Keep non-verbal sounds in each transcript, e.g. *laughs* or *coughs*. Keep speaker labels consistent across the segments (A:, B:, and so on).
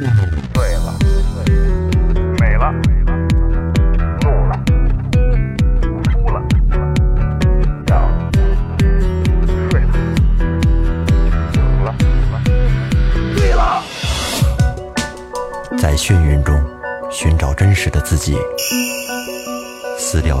A: 了，美了，怒了，哭了，笑了，睡了，醒了，醉了。
B: 在眩晕中寻找真实的自己，撕掉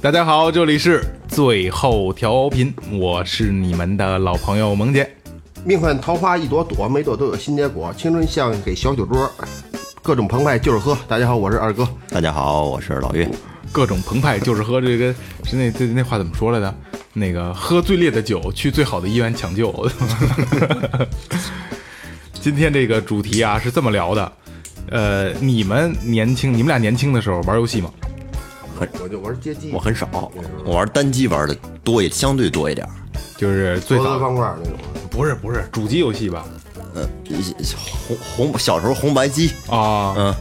C: 大家好，这里是最后调频，我是你们的老朋友萌姐。
D: 命犯桃花一朵朵，每朵都有新结果。青春像给小酒桌，各种澎湃就是喝。大家好，我是二哥。
B: 大家好，我是老岳。
C: 各种澎湃，就是喝这个是那这那话怎么说来着？那个喝最烈的酒，去最好的医院抢救。 *laughs* 今天这个主题啊是这么聊的，呃，你们年轻，你们俩年轻的时候玩游戏吗？
D: 我就玩街机，
B: 我很少，我玩单机玩的多一，相对多一点儿。
C: 就是最
D: 螺丝
C: 早
D: 方块那种。
C: 不是不是主机游戏吧？
B: 嗯，红红小时候红白机，
C: 啊，
B: 嗯，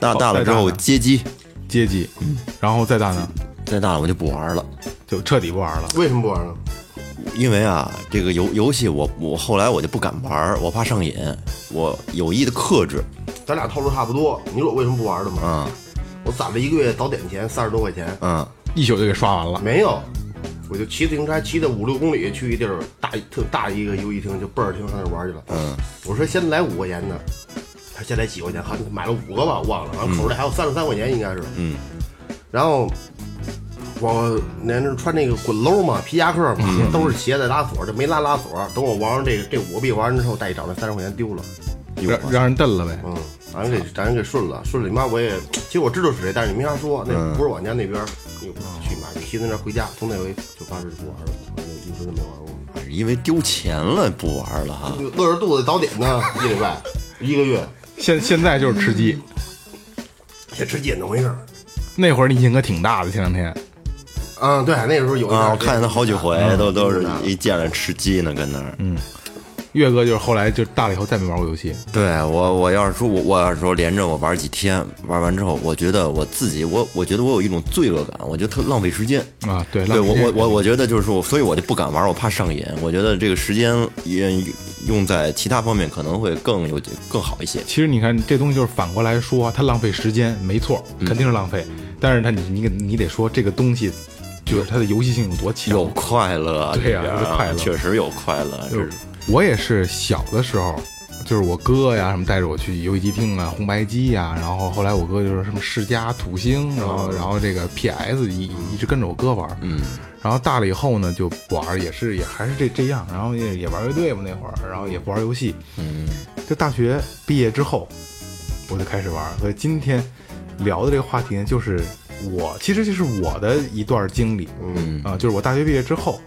B: 大大了之
C: 再大
B: 后
C: 呢
B: 街机，
C: 街机，然后再大呢
B: 再大了我就不玩了。
C: 就彻底不玩了。
D: 为什么不玩呢？
B: 因为啊，这个游游戏我我后来我就不敢玩儿，我怕上瘾，我有意的克制
D: 咱俩套路差不多，你说我为什么不玩的吗？
B: 啊，
D: 我攒了一个月早点钱，三十多块钱，
B: 嗯
C: 一宿就给刷完了，
D: 没有，我就骑自行车骑的五六公里去一地儿大一特大一个游戏厅，就奔着厅上那玩去了。
B: 嗯，
D: 我说先来五块钱的，他先来几块钱，好像买了五个吧，忘了，然后口袋还有三十三块钱应该是，
B: 嗯，
D: 然后我那时候穿那个滚搂嘛，皮夹克嘛，
B: 嗯
D: 都是鞋带拉锁，这没拉拉锁，等我玩完这个这五个币玩完之后，再一找那三十块钱丢了，
B: 有
C: 让让人蹬了呗。
D: 嗯，咱给咱给顺了，顺了你妈我也，其实我知道是谁，但是你没法说，那
C: 嗯
D: 不是我家那边，又不
E: 嗯
D: 去买，骑自行车回家，从那回就发誓不玩了，我就一直就没玩过。
B: 因为丢钱了不玩了哈。
E: 嗯
D: 饿着肚子早点呢，一礼拜，一个月，
C: 现现在就是吃鸡，
D: 也吃鸡也弄一事儿。
C: 那会儿你瘾可挺大的，前两天
D: 嗯，对，那时候有一段
B: 啊，
D: 时
B: 我
D: 间
B: 看见他好几回，都都是
D: 嗯
B: 一见了吃鸡呢，跟那儿。嗯，
C: 岳哥就是后来就大了以后再没玩过游戏。
B: 对我，我要是说，我我要是说连着我玩几天，玩完之后，我觉得我自己，我我觉得我有一种罪恶感，我觉得特浪费时间。
C: 啊，对，
B: 对
C: 浪
B: 我
C: 费时
B: 我
C: 间
B: 我我觉得就是说，所以我就不敢玩，我怕上瘾。我觉得这个时间也用在其他方面可能会更有更好一些。
C: 其实你看这东西就是反过来说，它浪费时间，没错，肯定是浪费。但是它你你你得说这个东西，就是它的游戏性有多强。
B: 有快乐，
C: 对呀
B: 这边
C: 有
B: 啊
C: 快乐
B: 确实有快乐，
C: 就是是我也是小的时候，就是我哥呀什么带着我去游戏机厅啊、红白机呀，然后后来我哥就是什么世嘉、土星，然后然后这个 PS 一一直跟着我哥玩，哦嗯，然后大了以后呢就不玩，也是也还是这这样，然后也也玩乐队嘛那会儿，然后也不玩游戏，嗯，就大学毕业之后我就开始玩，所以今天聊的这个话题呢就是。我其实就是我的一段经历，嗯啊、就是我大学毕业之后，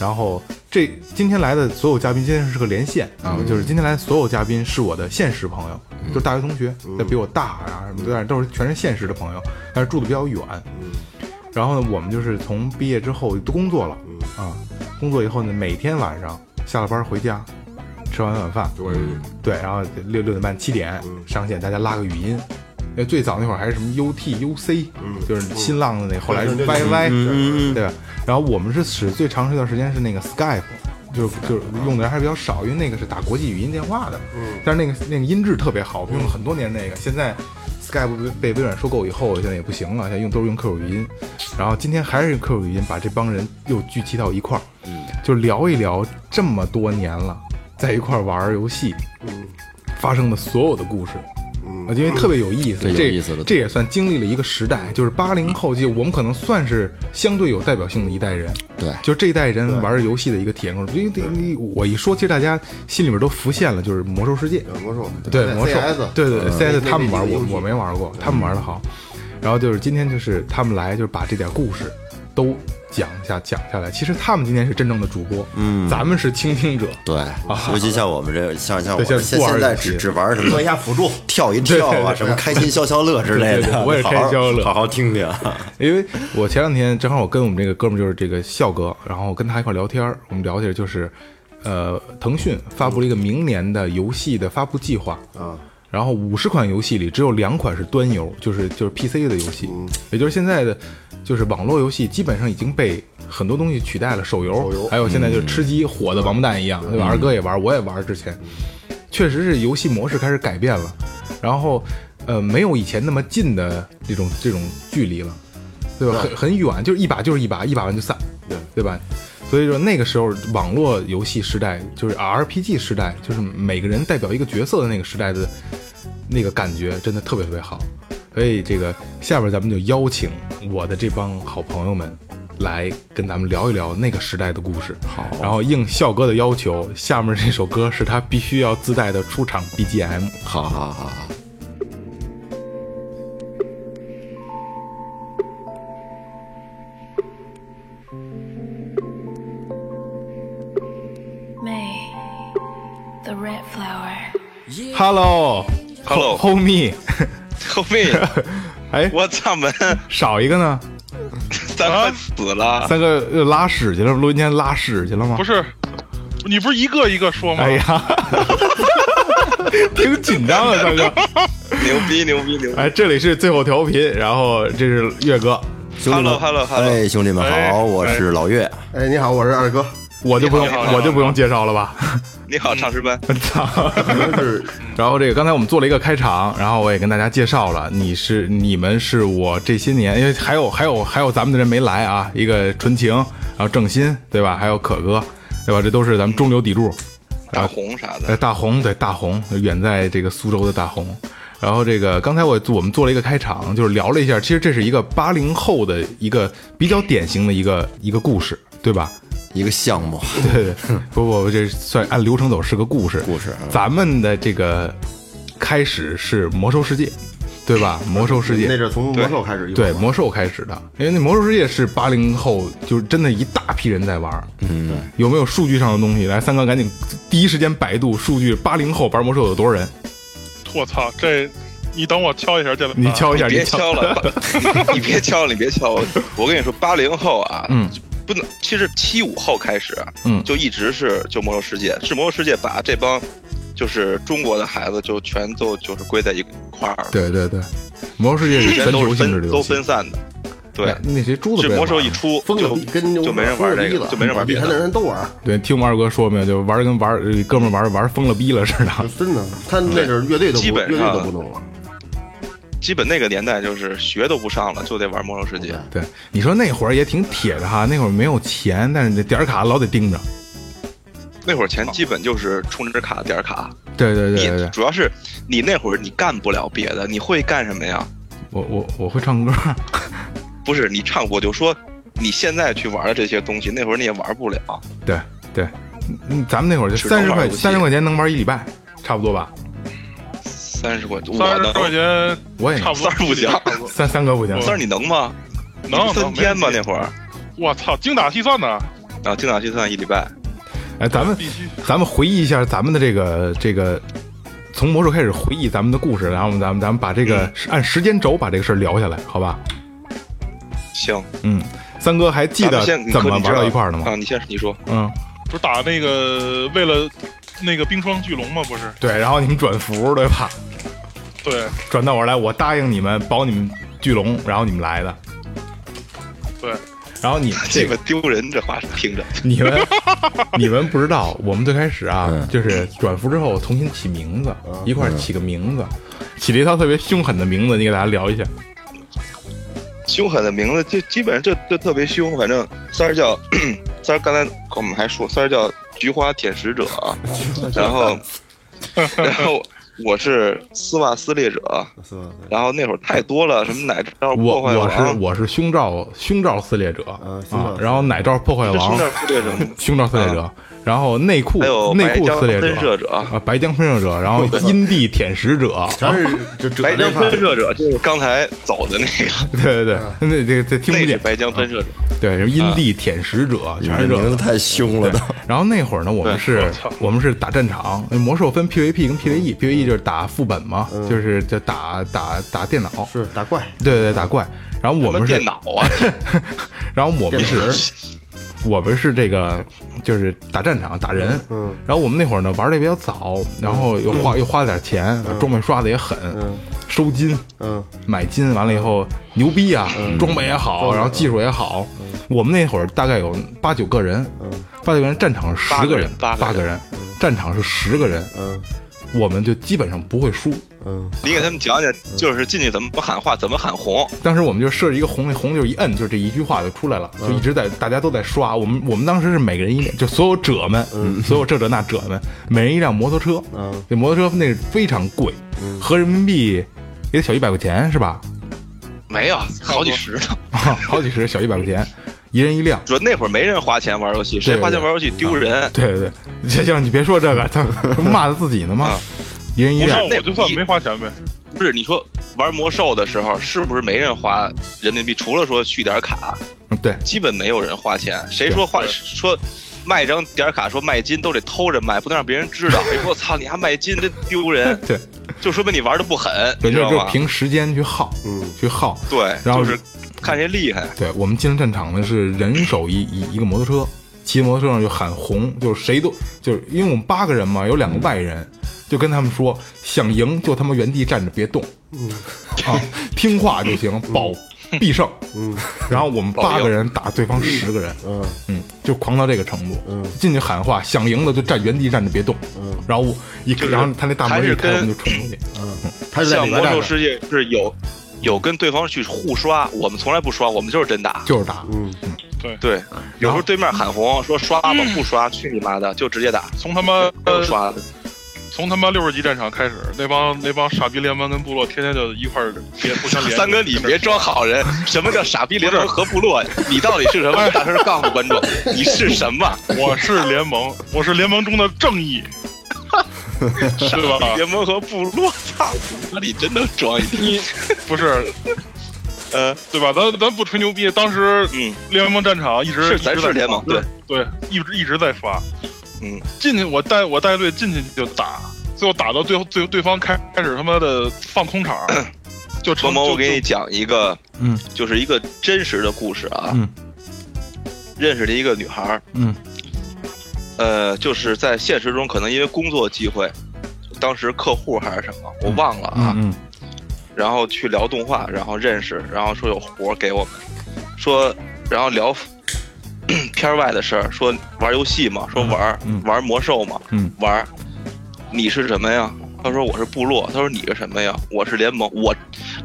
C: 然后这今天来的所有嘉宾，今天是个连线啊，就是今天来的所有嘉宾是我的现实朋友，就是大学同学，那比我大啊什么，但是都是全是现实的朋友，但是住的比较远。然后呢，我们就是从毕业之后都工作了啊，工作以后呢，每天晚上下了班回家，吃完晚饭，对，然后六六点半七点上线，大家拉个语音。呃，最早那会儿还是什么 UT、UC，就是新浪的那，后嗯来是
D: 对对对
C: YY，
B: 嗯嗯嗯
C: 对吧？然后我们是使最长时一段时间是那个 Skype，就是就是用的人还是比较少，因为那个是打国际语音电话的。嗯，但是那个那个音质特别好，我用了很多年那个。现在 Skype 被被微软收购以后，现在也不行了，现在用都是用 QQ 语音。然后今天还是用 QQ 语音把这帮人又聚集到一块儿，嗯，就聊一聊这么多年了，在一块儿玩儿游戏，嗯，发生的所有的故事。嗯，因为特别有意思，
B: 对有
C: 这
B: 意思的
C: 这也算经历了一个时代，就是八零后，就我们可能算是相对有代表性的一代人。
B: 对
C: 就这一代人玩游戏的一个体验过程。因为你我一说，其实大家心里面都浮现了，就是《魔兽世界》
D: 有魔
E: 嗯
D: 兽，
C: 对魔兽
D: CS，，
C: 对对对 CS
D: 嗯那
C: 他们玩
D: 那
C: 我
D: 游戏
C: 我没
D: 嗯
C: 玩过，他们玩的好。然后就是今天就是他们来，就是把这点故事都讲一下讲下来，其实他们今天是真正的主播，嗯，咱们是倾听者，
B: 对，尤其像我们这像像我
C: 啊对
B: 现
C: 像孤儿
B: 现在
C: 游戏
B: 只只玩什么
D: 做一下辅助，
B: 跳一跳
C: 对对
B: 啊，
C: 对
B: 什么开心消消乐之类
C: 对
B: 的，
C: 对对我也
B: 好
C: 开
B: 好
C: 心消消乐
B: 好好听听。啊
C: 因为我前两天正好我跟我们这个哥们儿就是这个笑哥，然后跟他一块儿聊天儿，我们聊起来就是，呃，腾讯发布了一个明年的游戏的发布计划啊，然后五十款游戏里只有两款是端游，就是就是 PC 的游戏，也就是现在的就是网络游戏基本上已经被很多东西取代了，手游，嗯还有现在就是吃鸡火的王八蛋一样，对吧？二哥也玩，我也玩，之前。确实是游戏模式开始改变了，然后呃没有以前那么近的这种这种距离了，对吧？很很远，就是一啊把就是一把，一把完就散，对对吧？所以说那个时候网络游戏时代就是 RPG 时代，就是每个人代表一个角色的那个时代的那个感觉真的特别特别好。所以这个下边咱们就邀请我的这帮好朋友们来跟咱们聊一聊那个时代的故事。好，然后应笑哥的要求，下面这首歌是他必须要自带的出场 BGM。
B: 好好好好。
F: May, the red flower.
E: Hello
C: Hello，Hello，homie，
E: *laughs* 后面
C: 哎，
E: 我操门，
C: 少一个呢，
E: 咱
C: 啊
E: 们死了。
C: 三哥呃拉屎去了，录音间拉屎去了吗？
G: 不，是，你不是一个一个说吗？
C: 哎呀， *laughs* 挺紧张啊， *laughs* 三哥。
E: 牛逼牛逼牛逼
C: 哎，这里是最后调频，然后这是岳哥，
B: 兄弟们
E: Hello，Hello，
B: 哎，兄弟们好，
G: 哎
B: 我是老岳。
D: 哎，你好，我是二哥，
C: 我就不用
E: 你好你好
C: 我就不用介绍了 *laughs* 吧。
E: 你
C: 嗯
E: 好，唱诗班。
C: 操！然后这个刚才我们做了一个开场，然后我也跟大家介绍了，你是你们是我这些年，因为还有还有还有咱们的人没来啊，一个纯情，然后郑鑫对吧？还有可哥对吧？这都是咱们中流砥柱。
E: 大红啥
C: 呃，
E: 的，
C: 大红对大红，远在这个苏州的大红。然后这个刚才我我们做了一个开场，就是聊了一下，其实这是一个八零后的一个比较典型的一个一个故事，对吧？ *laughs*
B: 一个项目，
C: 对对，不不不，这算按流程走是个故事。
B: 嗯故事啊
C: 咱们的这个开始是魔兽世界，对吧？魔兽世界
D: 那阵儿从魔兽开始用
C: 对
D: 的
C: 魔兽开始的，因为那魔兽世界是八零后，就是真的一大批人在玩儿。嗯，有没有数据上的东西？来，三哥赶紧第一时间百度数据，八零后玩魔兽有多少人？
G: 我操，这你等我敲一下键盘，
C: 你敲一下，
E: 啊别
C: 敲。
E: 敲
C: *laughs*
E: 了，爸你别敲了，你别敲了。我跟你说，八零后啊，
C: 嗯，
E: 不能，其实七五后开始，
C: 嗯
E: 就一直是就魔兽世界，是魔兽世界把这帮就是中国的孩子就全都就是归在一块儿了，
C: 对对对，魔兽世界是
E: 全
C: 全
E: 都
C: 球
E: 是
C: 性质
E: 分
C: 的
E: 都
C: 游戏
E: 分。散的，对
C: 哎，那谁珠子
E: 这
C: 不也
E: 魔兽
C: 玩
E: 一
C: 吗
E: 出
D: 疯
E: 就
D: 了，跟牛
E: 就没人
D: 疯
E: 玩
D: 了
E: 这
D: 逼
E: 个
D: 了，嗯
E: 就没人玩
D: 比
E: 别
D: 他的
E: 的。
D: 人都玩儿，
C: 对，听我们二哥说没有，就玩儿跟玩儿呃哥们儿玩儿玩儿疯了逼了似
E: *laughs*
C: 的。
D: 真的，他那阵儿乐队都不
E: 基
D: 乐
E: 本
D: 队
E: 上
D: 都不弄了，
E: 基本那个年代就是学都不上了，就得玩魔兽世界。
D: 嗯
C: 对，你说那会儿也挺铁的哈，那会儿没有钱，但是那点儿卡老得盯着。
E: 那会儿
G: 嗯
E: 钱基本就是充值卡、点儿卡，
C: 对对对对
E: 你
C: 对，
E: 主要是你那会儿你干不了别的，你会干什么呀？
C: 我我我会唱歌， *laughs*
E: 不是你唱，我就说你现在去玩的这些东西，那会儿你也玩不了。
C: 对对，嗯，咱们那会儿就
E: 只
C: 三十
E: 能
C: 块
E: 玩游戏
C: 三十块钱能玩一礼拜，差不多吧？
E: 三十块，我
G: 三十
E: 能
G: 块钱，
C: 我也能
G: 差不多
E: 三十不行
G: 差不多
C: 三三哥不行，
E: 三儿你能吗？
G: 能
E: 三天吧
G: 能没问题
E: 那会儿
G: 我操，精打细算呢，
E: 啊，精打细算一礼拜。
C: 哎，咱们
G: 必须
C: 咱们回忆一下咱们的这个这个，从魔兽开始回忆咱们的故事，然后咱们咱们把这
E: 嗯
C: 个按时间轴把这个事儿聊下来，好吧？
E: 行，
C: 嗯，三哥还记
E: 咱
C: 得
E: 们先
C: 怎么
E: 可
C: 玩
E: 你知道
C: 到一块儿的吗？
E: 啊，你先你说，
C: 嗯，
G: 不是打那个为了那个冰霜巨龙吗？不是，
C: 对，然后你们转服对吧？
G: 对
C: 转到我来，我答应你们保你们巨龙，然后你们来的，
G: 对，
C: 然
E: *laughs*
C: 后你们这
E: 这
C: 个
E: 个丢人，这话听着。
C: 你们 *laughs* 你们不知道，我们最开始啊，
B: 嗯
C: 就是转服之后重新起名字，一块儿起个名字，起了一套特别凶狠的名字，你给大家聊一下。
E: 凶狠的名字，就基本上就就特别凶。反正三儿叫 *clears throat* 三儿，刚才我们还说三儿叫菊花舔食者，然后 *laughs* 然后我是丝袜撕裂者，
D: 是吧？
E: 然后那会儿太多了，什么奶罩
C: 我
E: 破坏
C: 我是
E: 王，
C: 我是胸罩胸罩撕裂者
D: 嗯胸罩
C: 啊，然后奶罩破坏
E: 这是
C: 王
E: 那，儿撕裂者吗
C: 胸罩撕裂者，然后内裤
E: 还有
C: 内
E: 白
C: 裤
E: 江
C: 撕裂
E: 喷射
C: 者
E: 者
C: 啊，白江喷射者，然后阴地舔食者，
D: 全是就折
E: 白
D: 这
E: 江
D: 块
E: 喷
D: 儿，
E: 射者就是刚才走的那个，
C: 对对对，那这这听不
E: 那是
C: 见，啊
E: 白江喷射者。
C: 对，什么阴地舔食者，
B: 你
C: 全
B: 这
C: 是这
B: 名字
C: 个。
B: 太凶了
C: 对
B: 都。，
C: 然后那会儿呢，我们
E: 对
C: 是
E: 我操
C: 我们是打战场，那魔兽分 PVP 跟 E，PVE，PVE 就是打副本嘛，
E: 嗯
C: 就是就打打打电脑，
D: 是打怪，
C: 对对对，打怪。然后我
E: 什
C: 们
E: 么
C: 是
E: 电脑啊，
C: *laughs* 然后我们是，我们是这个就是打战场打人，
D: 嗯，
C: 然后我们那会儿呢玩的也比较早，然后又
E: 嗯
C: 花又花了点钱，装备刷的也狠，收金，
D: 嗯，
C: 买金完了以后牛逼啊，
E: 嗯
C: 装备也好，然后技术也好，我们那会儿大概有八九个人，八九个人战场是十
E: 八个
C: 人
E: 人，嗯八个
C: 八个人，战场是十个人，
D: 嗯
C: 我们就基本上不会输，
D: 嗯，
E: 你给他们讲讲，就是进去怎么喊话，怎么喊红。
C: 当时我们就设置一个红，那红就是一摁，就是这一句话就出来了，
E: 嗯
C: 就一直在大家都在刷。我们我们当时是每个人一辆，就所有者们，
E: 嗯
C: 嗯所有这者那者们，每人一辆摩托车。
D: 嗯
C: 这摩托车那是非常贵，
E: 嗯
C: 合人民币也得小一百块钱是吧？ *laughs*
E: 没有，好几十呢。
C: 好几十，小一百块钱，一人一辆。
E: 主要那会儿没人花钱玩游戏，谁
C: 对
E: 花钱
C: 对啊
E: 玩游戏丢人。
C: *laughs* 对对对，这让你别说这个，他骂他自己呢吗
E: 啊？
C: 一人一
G: 不
C: 辆
G: 上，
E: 那
G: 我就算没花钱呗，
E: 不是你说玩魔兽的时候，是不是没人花人民币？除了说续点卡，
C: 对，
E: 基本没有人花钱。谁说花说卖一张点卡说卖金都得偷着卖，不能让别人
C: *laughs*。
E: 知道。哎，我操，你还卖金，真丢人
C: 对，
E: 就说明你玩的不狠，你
C: 对，
E: 知
C: 就
E: 道
C: 就
E: 吗？
C: 凭时间去耗，
D: 嗯
C: 去耗。
E: 对，
C: 然后
E: 就是看谁厉害。
C: 对我们进了战场呢，是人手一一一个摩托车，骑摩托车上就喊红，就是谁都就是因为我们八个人嘛，有两个外人，就跟他们说想赢就他妈原地站着别动，
E: 嗯 *laughs*
C: 啊，听话就行，保必胜。
D: 嗯
C: 然后我们八个人打对方十个人，
D: 嗯
C: 嗯，就狂到这个程度，
D: 嗯
C: 进去喊话，想赢的就站原地站着别动，
D: 嗯
C: 然后我一
E: 就是
C: 然后他那大门
E: 还
C: 一
E: 是
C: 开，我
E: 跟
C: 们就冲出去，
D: 嗯，他是在
E: 像
D: 哪
E: 魔
D: 个站
E: 兽
D: 着？
E: 世界是有有跟对方去互刷，我们从来不刷，我们就是真打。
C: 就是打，
D: 嗯，
E: 对，有时候对面喊红说刷吧，
C: 嗯
E: 不刷，去你妈的，就直接打，
G: 从他妈呃
E: 没有刷的。
G: 从他妈六十级战场开始，那帮那帮傻逼联盟跟部落天天就一
E: *laughs*
G: 块儿连互相连。
E: 三哥，你别装好人，什么叫傻逼联盟和部落？你到底是
G: *laughs*
E: 什么？大声告诉观众，你是什么？
G: 我
E: *laughs*
G: 是联盟，我是联盟中的正义，
E: 傻
G: 对吧
E: 逼？联盟和部落， *laughs* 操他妈，你真能装一天。
G: 不是，
E: 呃，
G: 对吧？咱咱不吹牛逼，当时
E: 嗯，
G: 联盟战场一直
E: 是咱
G: 一直在
E: 是联盟
G: 刷哦对，一直一直在刷。
E: 嗯，
G: 进去我带我带队进去就打，最后打到最后最对方开开始他妈的放空场，就
E: 萌
G: 成
E: 萌，
G: 就
E: 我给你
G: 就
E: 讲一个，
C: 嗯，
E: 就是一个真实的故事啊。
C: 嗯
E: 认识了一个女孩儿，
C: 嗯
E: 呃，就是在现实中可能因为工作机会，当时客户还是什么，我忘了啊。
C: 嗯
E: 然后去聊动画，然后认识，然后说有活儿给我们，说，然后聊 *clears throat* 片儿外的事儿，说玩游戏嘛，说玩儿、
C: 嗯
E: 玩魔兽嘛，
C: 嗯
E: 玩儿。你是什么呀？他说我是部落。他说你是什么呀？我是联盟。我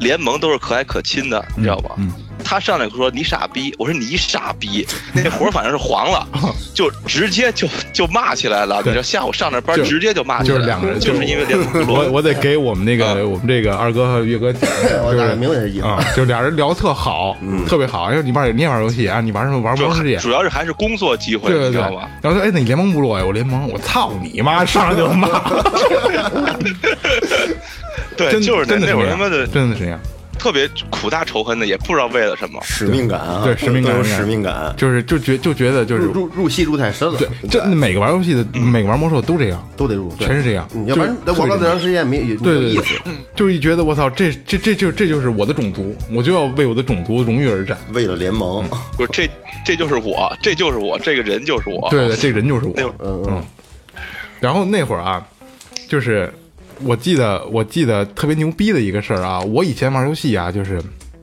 E: 联盟都是可爱可亲的，你知道吧？
C: 嗯
E: 他上来就说你傻逼，我说你傻逼，那活儿反正是
C: *laughs*
E: 黄了，就直接就就骂起来了。你知道下午上着班
C: 就
E: 直接就骂起来
C: 就
E: 了，
C: 是两个人，
E: 就是因为联盟部
C: *laughs* 我
E: 落。
C: 我得给我们那个、
E: 啊
C: 我们这个二哥和岳
E: *laughs*
C: 哥讲，
D: 哎我
C: 就
D: 大概
C: 是
D: 明白这意思。
C: 啊、就俩人聊特好，
E: 嗯
C: 特别好。哎呦，你玩你也玩游戏啊？你玩什么？玩魔兽世界？
E: 主要是还是工作机会，
C: 对对
E: 你知
C: 对
E: 道吧？。
C: 然后说，哎，那你联盟部落呀？我联盟，我操你
E: *laughs*
C: 妈！上来就骂，
E: 对，
C: 真
E: 就是那
C: 真的
E: 那
C: 是这
E: 会儿他
C: 样
E: 妈的
C: 真的是这样，
E: 特别苦大仇恨的，也不知道为了什么。
B: 使命感啊，
C: 对使命感
B: 都有
C: 应该
B: 使命感，
C: 就是就觉就觉得就是
D: 入入入戏入太深了，
C: 对，真的每个玩游戏的、
E: 嗯
C: 每个玩魔兽都这样，
D: 都得入，对
C: 全是这样
D: 嗯要不然
C: 就是
D: 那玩了这长时间没也没
C: 对
D: 有
C: 对
D: 意
C: 对
D: 思。，
C: 就是一觉得我操，这这这就这就是我的种族，我就要为我的种族荣誉而战。
B: 为了联盟，
E: 不是这这就是我，这就是我，这个人就是我。
C: 对对，这人就是我。
E: 那会儿
D: 嗯嗯
C: 然后那会儿啊，就是我记得我记得特别牛逼的一个事儿啊，我以前玩游戏啊，就是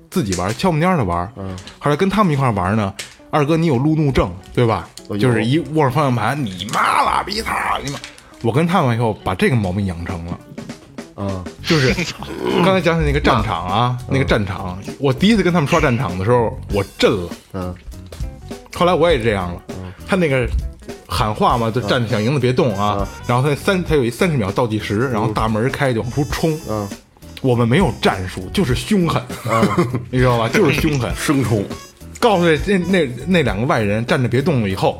C: 自己玩，悄不蔫的玩，嗯，后来跟他们一块儿玩呢。二哥，你有路怒症对吧？
D: 我有
C: 就是一握着方向盘，你妈啦逼他，你妈！我跟他们以后把这个毛病养成了，
D: 嗯， *laughs*
C: 就是刚才讲起那个战场啊，那个战场，我第一次跟他们刷战场的时候，我震了。
D: 嗯，
C: 后来我也这样了，他那个喊话嘛，就站着想赢的别动啊
D: 嗯，
C: 然后他三他有一三十秒倒计时，然后大门开就往出冲，
D: 嗯，
C: 我们没有战术，就是凶狠， *laughs* 你知道吧？
D: *laughs*
C: 就是凶狠，
B: 生冲，
C: 告诉这那那那两个外人站着别动了以后，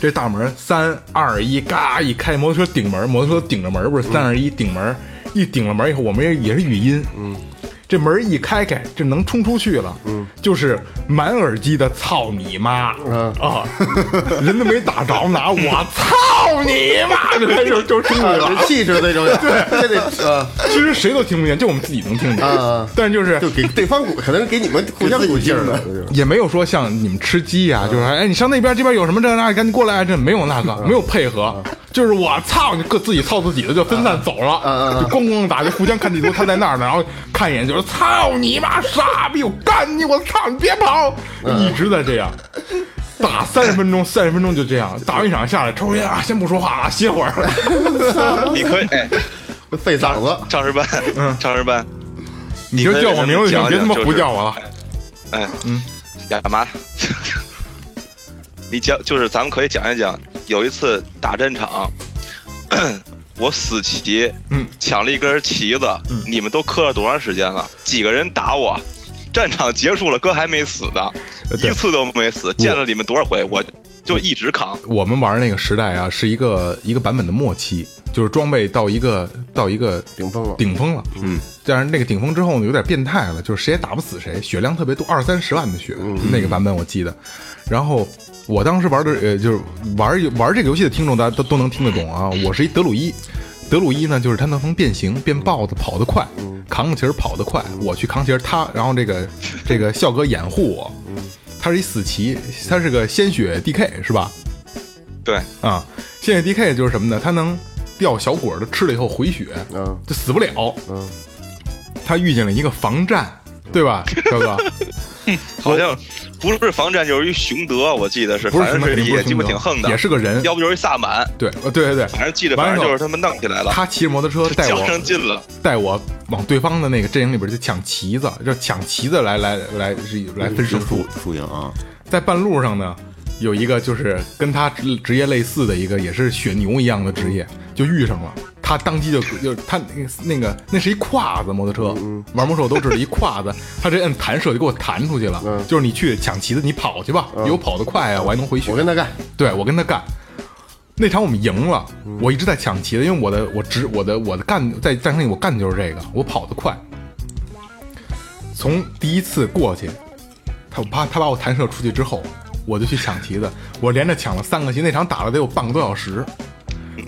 C: 这大门三二一，嘎一开，摩托车顶门，摩托车顶着门不是三二一顶门，一顶了门以后，我们也也是语音，嗯，这门一开开，这能冲出去了，嗯，就是满耳机的操你妈，啊，人都没打着呢，我操你妈，就开始就冲出去了，
D: 这气质那种，对， *laughs* 这得呃，
C: 其实谁都听不见，就我们自己能听见。
D: 啊
C: 但是嗯就是
D: 就给对方鼓，可能给你们互相鼓劲儿的，
C: 也没有说像你们吃鸡呀、就是哎，你上那边，这边有什么这那，赶紧过来啊！这没有那个，没有配合，就是我操，你各自己操自己的，就分散走了，就咣咣打，就互相看地图，他在那儿呢，然后看一眼就是操你妈，傻逼，我干你，我操你，别跑，一直在这样。打三十分钟，三十分钟就这样。打完一场下来，抽根烟啊，先不说话啊，歇会儿。
E: 你可以，哎
D: 费嗓子。
E: 赵石班，
C: 嗯
E: 赵石班，
C: 你就叫我名字就行，别他妈
E: 就是
C: 不叫我了。
E: 哎，嗯，干嘛？ *laughs* 你讲就是咱们可以讲一讲，有一次打战场， *clears throat* 我死棋，
C: 嗯，
E: 抢了一根旗子，你们都磕了多长时间了？几个人打我？战场结束了，哥还没死呢，
C: 呃对
E: 一次都没死，见了你们多少回，我就一直扛。
C: 我们玩那个时代啊，是一个一个版本的末期，就是装备到一个到一个
D: 顶峰了
C: 顶峰了。
B: 嗯，
C: 但是那个顶峰之后呢，有点变态了，就是谁也打不死谁，血量特别多，二三十万的血，那个版本我记得。然后我当时玩的呃，就是玩玩这个游戏的听众，大家都都能听得懂啊。我是一德鲁伊，德鲁伊呢，就是他能变形、变豹子、跑得快，扛个旗儿跑得快。我去扛旗儿，他然后这个这个笑哥掩护我。他是一死棋，他是个鲜血 DK 是吧？
E: 对，
C: 啊，现在 DK 就是什么呢？它能掉小果的，吃了以后回血，
D: 嗯
C: 就死不了。
D: 嗯，
C: 他遇见了一个防战，对吧，小
E: *laughs*
C: 哥？
E: 好像不是防战就是一熊德，我记得是，
C: 不是什
E: 反正
C: 么，
E: 是
C: 肯定不
E: 也
C: 是
E: 鸡
C: 凶
E: 巴
C: 德
E: 挺横的，
C: 也是个人。
E: 要不就是一萨满，
C: 对，呃，对对
E: *laughs*
C: 对，
E: 反正记得，
C: 完了
E: 反正
C: 之后
E: 就是他们弄起来了，
C: 他骑着摩托车带
E: *laughs* 较
C: 我
E: 上劲了。
C: 带我往对方的那个阵营里边去抢旗子，就抢旗子来来来是来 *laughs* 分胜负
B: 输。输赢啊，
C: 在半路上呢，有一个就是跟他职职业类似的一个，也是血牛一样的职业，就遇上了。他当即就就他那个那是一胯子摩托车，
D: 嗯
C: 玩魔兽都知道一胯子，他这摁弹射就给我弹出去了。
D: 嗯
C: 就是你去抢旗子，你跑去吧，有跑得快啊，我还能回血
D: 我。跟他干，
C: 对我跟他干。那场我们赢了，我一直在抢旗子，因为我的我直我的我的干在战场里我干的就是这个，我跑得快。从第一次过去，他把他把我弹射出去之后，我就去抢旗子，我连着抢了三个旗，那场打了得有半个多小时，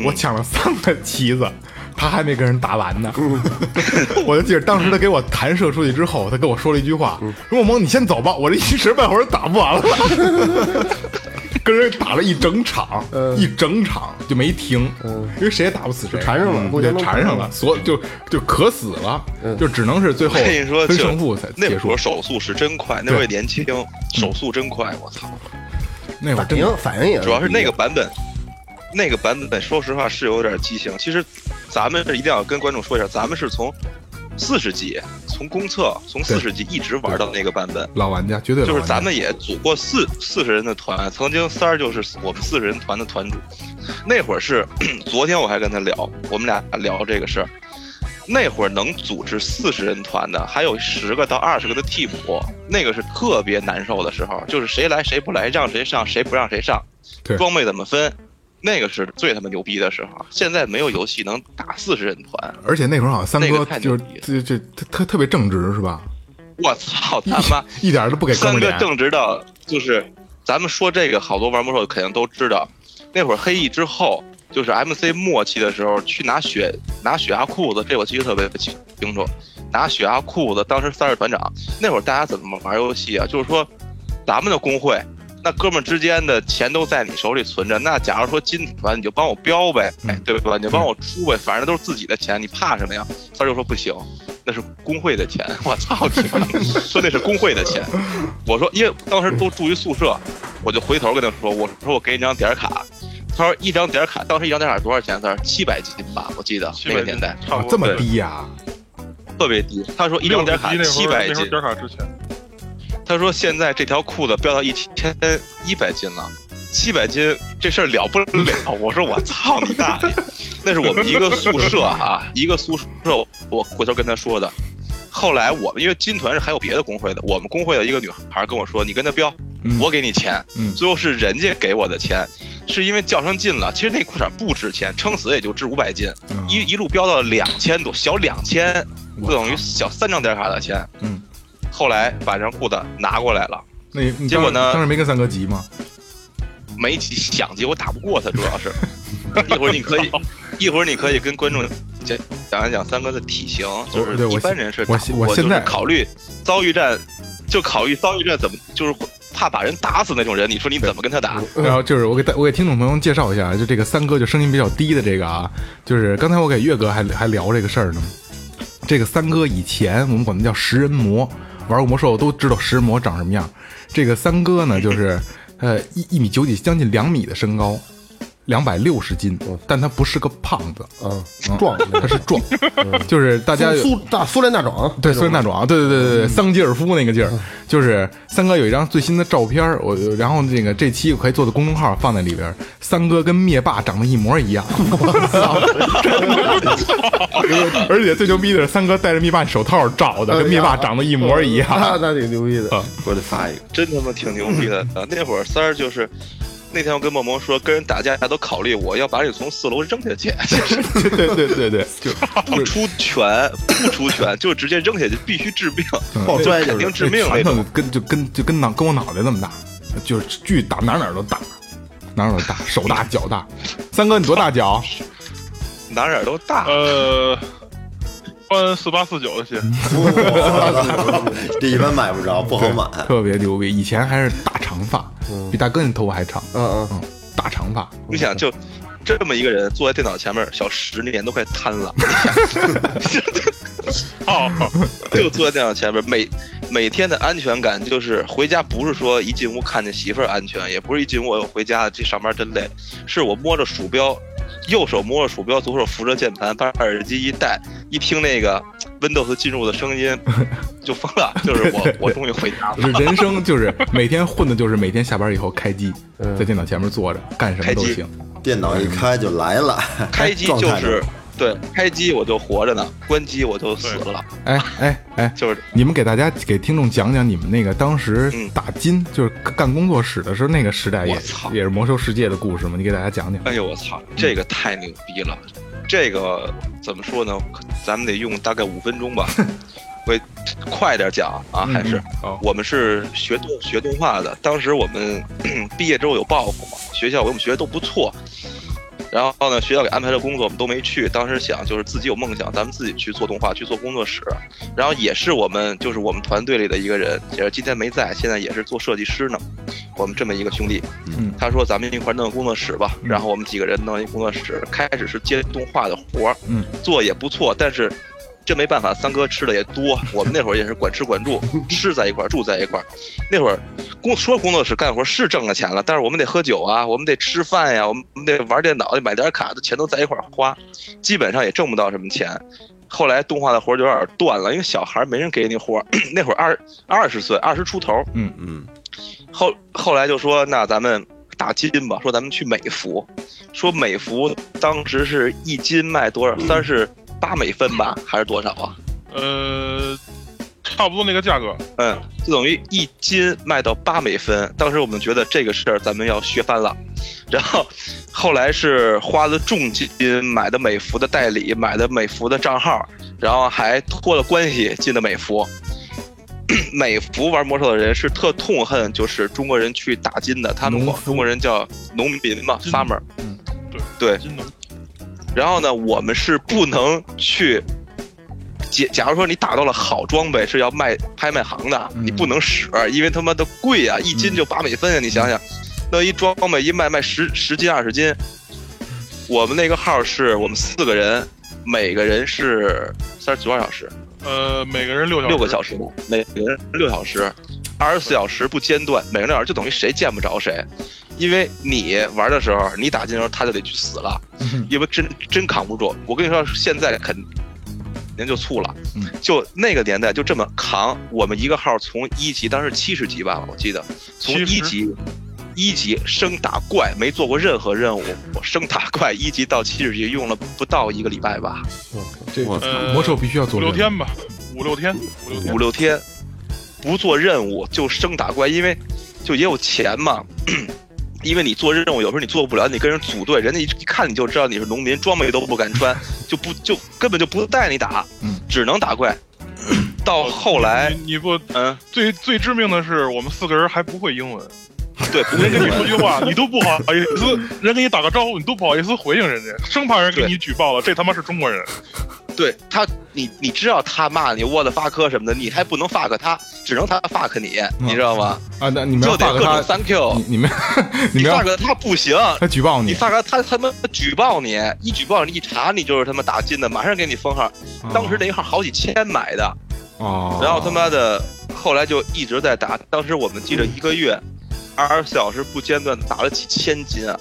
C: 我抢了三个旗子，他还没跟人打完呢。
D: 嗯
C: *laughs* 我就记得当时他给我弹射出去之后，他跟我说了一句话：“说梦萌，你先走吧，我这一时半会儿打不完了。” *laughs* 跟人打了一整场，
D: 嗯
C: 一整场就没停，因为谁也打不死谁，
D: 缠上了嗯
C: 嗯
D: 互
C: 对
D: 相，都
C: 缠上了，所就就渴死了，就只能是最后
E: 我跟你说，
C: 分
E: 就
C: 胜负才
E: 那
C: 结
E: 会
C: 束嗯
E: 儿。手速是真快，那会儿年轻，手速真快，我
C: 哎
E: 操！
C: 那会儿真
D: 反应反应也
E: 主要是那个版本，那个版本说实话是有点畸形。其实咱们是一定要跟观众说一下，咱们是从四十级，从公测从四十级一直玩到那个版本。
C: 老玩家，绝对老
E: 就是
C: 玩家
E: 咱们也组过四四十人的团，曾经三儿就是我们四十人团的团主。那会儿是 *clears throat* 昨天我还跟他聊，我们俩聊这个事儿。那会儿能组织四十人团的，还有十个到二十个的替补，那个是特别难受的时候，就是谁来谁不来，让谁上谁不让谁上
C: 对，
E: 装备怎么分，那个是最他妈牛逼的时候。现在没有游戏能打四十人团，
C: 而且那会儿好像三
E: 那个
C: 哥
E: 太
C: 就是
E: 牛逼了
C: 就就特特特别正直是吧？
E: 我操他妈！
C: 一点儿都不给哥
E: 三
C: 们
E: 哥
C: 脸。
E: 正直的，就是咱们说这个，好多玩魔兽肯定都知道。那会儿黑翼之后，就是 MC 末期的时候，去拿血拿血压裤子，这我记得特别清清楚。拿血压裤子，当时三是团长。那会儿大家怎么玩游戏啊？就是说，咱们的工会，那哥们儿之间的钱都在你手里存着。那假如说金团，你就帮我标呗，哎
C: 嗯
E: 对吧？你就帮我出呗，反正都是自己的钱，你怕什么呀？三就说不行，那是工会的钱。 *laughs* 我操你妈！说那是工会的钱。我说，因为当时都住一宿舍，我就回头跟他说，我说我给你张点儿卡。他说一张点儿卡，当时一张点儿卡多少钱？三儿七百金吧，我记得那个年代
G: 差不
C: 啊
G: 多
C: 这么
E: 对
C: 低呀、
E: 特别低。他说一张点儿卡
G: 61那
E: 七
G: 会儿
E: 百
G: 那会
E: 金
G: 儿，点卡之前，
E: 他说现在这条裤子飙到一千一百斤了，七百斤这事儿了不了？我说我操你大爷！那是我们一个宿舍啊， *laughs* 一个宿舍，我回头跟他说的。后来我们因为金团是还有别的工会的，我们工会的一个女孩跟我说：“你跟他飙，
C: 嗯
E: 我给你钱。
C: 嗯
E: 最后是人家给我的钱，是因为叫声近了。其实那矿产不值钱，撑死也就值五百斤，
C: 嗯
E: 一一路飙到两千多，小两千，
C: 我
E: 就等于小三张点卡的钱。
C: 嗯，
E: 后来把这裤子拿过来了，
C: 那你当
E: 结果呢
C: 当时没跟三哥急吗？
E: 没急想急，我打不过他，主
C: *laughs*
E: 要是。一会儿你可以，一会儿你可以跟观众讲讲一讲三哥的体型，就是
C: 对我
E: 一般
C: 现
E: 人是
C: 我
E: 打不
C: 我
E: 过
C: 现
E: 就是
C: 在
E: 考虑遭遇战，就考虑遭遇战怎么就是怕把人打死那种人，你说你怎么跟他打？
C: *laughs* 然后就是我给大我给听众朋友们介绍一下，就这个三哥就声音比较低的这个啊，就是刚才我给岳哥还还聊这个事儿呢。这个三哥以前我们管他叫食人魔，玩过魔兽都知道食人魔长什么样。这个三哥呢，就是呃一一米九几，将近两米的身高，两百六十斤，但他不是个胖子，
D: 啊，壮，
C: 他是壮，就是大家有
D: 苏大苏联大壮，
C: 对，孙大壮，对对对对对，桑吉尔夫那个劲儿，就是三哥有一张最新的照片儿，我然后那个这期我可以做的公众号放在里边儿，三哥跟灭霸长得一模 *laughs* 一样，我操，真的而且最牛逼的是三哥戴着灭霸手套照的，跟灭霸长得一模一样，
D: *laughs* 那那挺牛逼的。
B: 我得发一个。
E: 真他妈挺牛逼的啊！那会儿三儿就是。那天我跟默默说，跟人打架都考虑我要把你从四楼扔下去，
C: *laughs*
E: *laughs*
C: 对对对对对， *laughs* 就
E: 不出拳不出拳 *coughs* 就直接扔下去，必须治病，
B: 嗯
D: 抱摔就
C: *laughs*
E: 肯定
D: 是，
E: 致命那
C: 拳
E: 种
C: 头。跟就跟就跟脑跟我脑袋这么大，就是巨大，哪哪儿都大，哪哪儿都大，手大脚大，三哥你多大脚？
E: 哪哪都大。
G: 呃，穿四八四九的鞋，
B: *laughs* 这一般买不着，不好买。
C: 特别牛逼。以前还是大长发，比大哥你头发还长，
D: 嗯嗯，
C: 大长发。
E: 你想，就这么一个人坐在电脑前面，小十年都快瘫了，
G: 哦，
E: 就坐在电脑前面，每每天的安全感就是回家，不是说一进屋看见媳妇儿安全，也不是一进屋我回家这上班真累，是我摸着鼠标，右手摸着鼠标，左手扶着键盘，把耳机一戴，一听那个 Windows 进入的声音，就疯了，就是我我终于回家了，
C: 就是人生就是每天混的就是每天下班以后开机，
D: 嗯
C: 在电脑前面坐着干什么都行。
B: 电脑一开就来了，
E: 开
B: *laughs*
E: 机
B: 状
E: 就
B: 态
E: 是。对，开机我就活着呢，关机我就死了，
C: 哎哎哎，
E: 就是
C: 你们给大家给听众讲讲你们那个当时
E: 嗯
C: 打金、就是干工作室的时候那个时代也
E: 我操
C: 也是魔兽世界的故事吗？你给大家讲讲。
E: 哎呦我操，这个太牛逼了！这个怎么说呢？可咱们得用大概五分钟吧，我快点讲啊，还是、
C: 嗯好
E: 我们是学动学动画的，当时我们 *clears throat* 毕业之后有报复嘛，学校我们学的都不错。然后呢，学校给安排的工作我们都没去。当时想就是自己有梦想，咱们自己去做动画，去做工作室。然后也是我们就是我们团队里的一个人，也是今天没在，现在也是做设计师呢。我们这么一个兄弟，
C: 嗯
E: 他说咱们一块儿弄个工作室吧，然后我们几个人弄一工作室，开始是接动画的活儿，
C: 嗯，
E: 做也不错，但是这没办法，三哥吃的也多，我们那会儿也是管吃管住，吃在一块儿，住在一块儿，那会儿工说工作室干活是挣了钱了，但是我们得喝酒啊，我们得吃饭呀、我们我们得玩电脑，得买点卡，这钱都在一块儿花，基本上也挣不到什么钱。后来动画的活儿就有点断了，因为小孩儿没人给你活儿， *coughs* 那会儿二二十岁，二十出头，
B: 嗯，
E: 后后来就说，那咱们打金吧，说咱们去美孚，说美孚当时是一斤卖多少？三十八美分吧，还是多少啊？
G: 呃，差不多那个价格，
E: 嗯，就等于一斤卖到八美分。当时我们觉得这个事儿咱们要削翻了，然后后来是花了重金买的美孚的代理，买的美孚的账号，然后还托了关系进的美孚。 *coughs* 美孚玩魔兽的人是特痛恨，就是中国人去打金的，他们管
C: 农夫
E: 中国人叫农民嘛
G: 嗯
E: ，farmer。
C: 嗯
G: 对
E: 对，
G: 金能
E: 然后呢，我们是不能去。假假如说你打到了好装备是要卖拍卖行的，
C: 嗯
E: 你不能使，因为他妈的贵啊，一斤就八美分啊！你想想，那一装备一卖卖十十斤二十斤，我们那个号是我们四个人，每个人是三十九小时，
G: 呃，每个人六小时，
E: 六个小时，每个人六小时，二十四小时不间断，每个人六小时就等于谁见不着谁，因为你玩的时候，你打进的时候他就得去死了，
G: 嗯
E: 因为真真扛不住。我跟你说，现在肯您就醋了
C: 嗯，
E: 就那个年代就这么扛。我们一个号从一级，当时七十级吧，我记得从一
G: 70
E: 级。一级升打怪没做过任何任务，我升打怪一级到七十级用了不到一个礼拜吧，
C: 这
B: 我
G: 呃，
C: 魔兽必须要
G: 五
C: 做
G: 六
C: 这个，
G: 天吧，五六天，五六天
E: 五，六天，不做任务就生打怪，因为就也有钱嘛。因为你做任务，有时候你做不了，你跟人组队，人家一一看你就知道你是农民，装备都不敢穿，就不就根本就不带你打，
C: 嗯
E: 只能打怪。到后来，
C: 哦
G: 你你不
E: 嗯，
G: 最最致命的是，我们四个人还不会英文，
E: 对，不会
G: 人跟
E: 跟
G: 你
E: 你
G: 说
E: 说，*laughs*
G: 句话，你都不好意思，人给你打个招呼，你都不好意思回应人家，生怕人给你举报了，这他妈是中国人。
E: 对他，你你知道他骂你我的发科什么的，你还不能 fuck 他，只能他 fuck 你，你知道吗？
C: 啊，那你们要
E: 就
C: 发给
E: 得各种
C: 他，
E: thank you，
C: 你你们你
E: 你
C: 们要
E: fuck 他不行，
C: *laughs* 他举报
E: 你
C: 你，
E: 发个他他妈举报你，一举报你一查你就是他妈打进的，马上给你封号。当时那一号好几千买的，
C: 哦，
E: 然后他妈的后来就一直在打。当时我们记着一个月，二十四小时不间断地打了几千斤啊，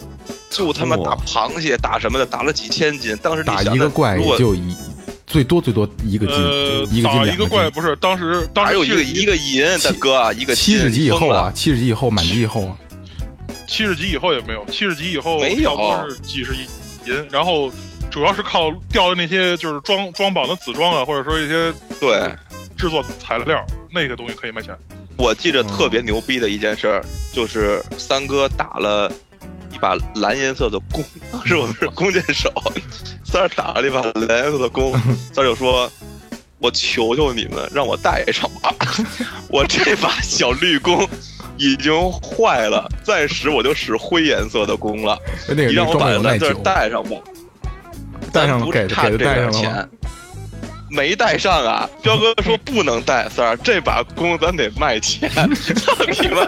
E: 就他妈打
B: 哇
E: 螃蟹打什么的打了几千斤。当时你
C: 打
E: 想
C: 一个
E: 的
C: 怪
E: 如
C: 也
E: 果
C: 就一最多最多一个
G: 呃
C: 金，，一个金
G: 打
C: 两
G: 一个怪
C: 金。
G: 不是，当时当
E: 哪
G: 时
E: 有一个一
G: 个
E: 个银
C: 七
E: 大哥啊一个
C: 七十级以后
E: 疯了
C: 啊，七十级以后，满级以后
E: *laughs*
C: 啊，
G: 七十级以后也没有，七十级以后
E: 没有
G: 差不多是几十银，然后主要是靠掉的那些就是装装榜的紫装啊，或者说一些
E: 对。
G: 制作材料，那个东西可以卖钱。
E: 我记着特别牛逼的一件事儿，就是三哥打了一把蓝颜色的弓，当时我们是弓箭手， *laughs* 三儿打了一把蓝颜色的弓，三儿就说：“我求求你们，让我带上吧， *laughs* 我这把小绿弓已经坏了，再使我就使灰颜色的弓了，
C: 那个那
E: 你让
C: 个
E: 我
C: 装
E: 把
C: 备有耐
E: 蓝字
C: 久
E: 儿，带上吧。”
C: 带上了
E: 不
C: 给
E: 差
C: 给
E: 这
C: 他带
E: 点
C: 上了吗？
E: 钱，没带上啊！彪哥说不能带，三儿，这把弓咱得卖钱。 *laughs* 操你妈！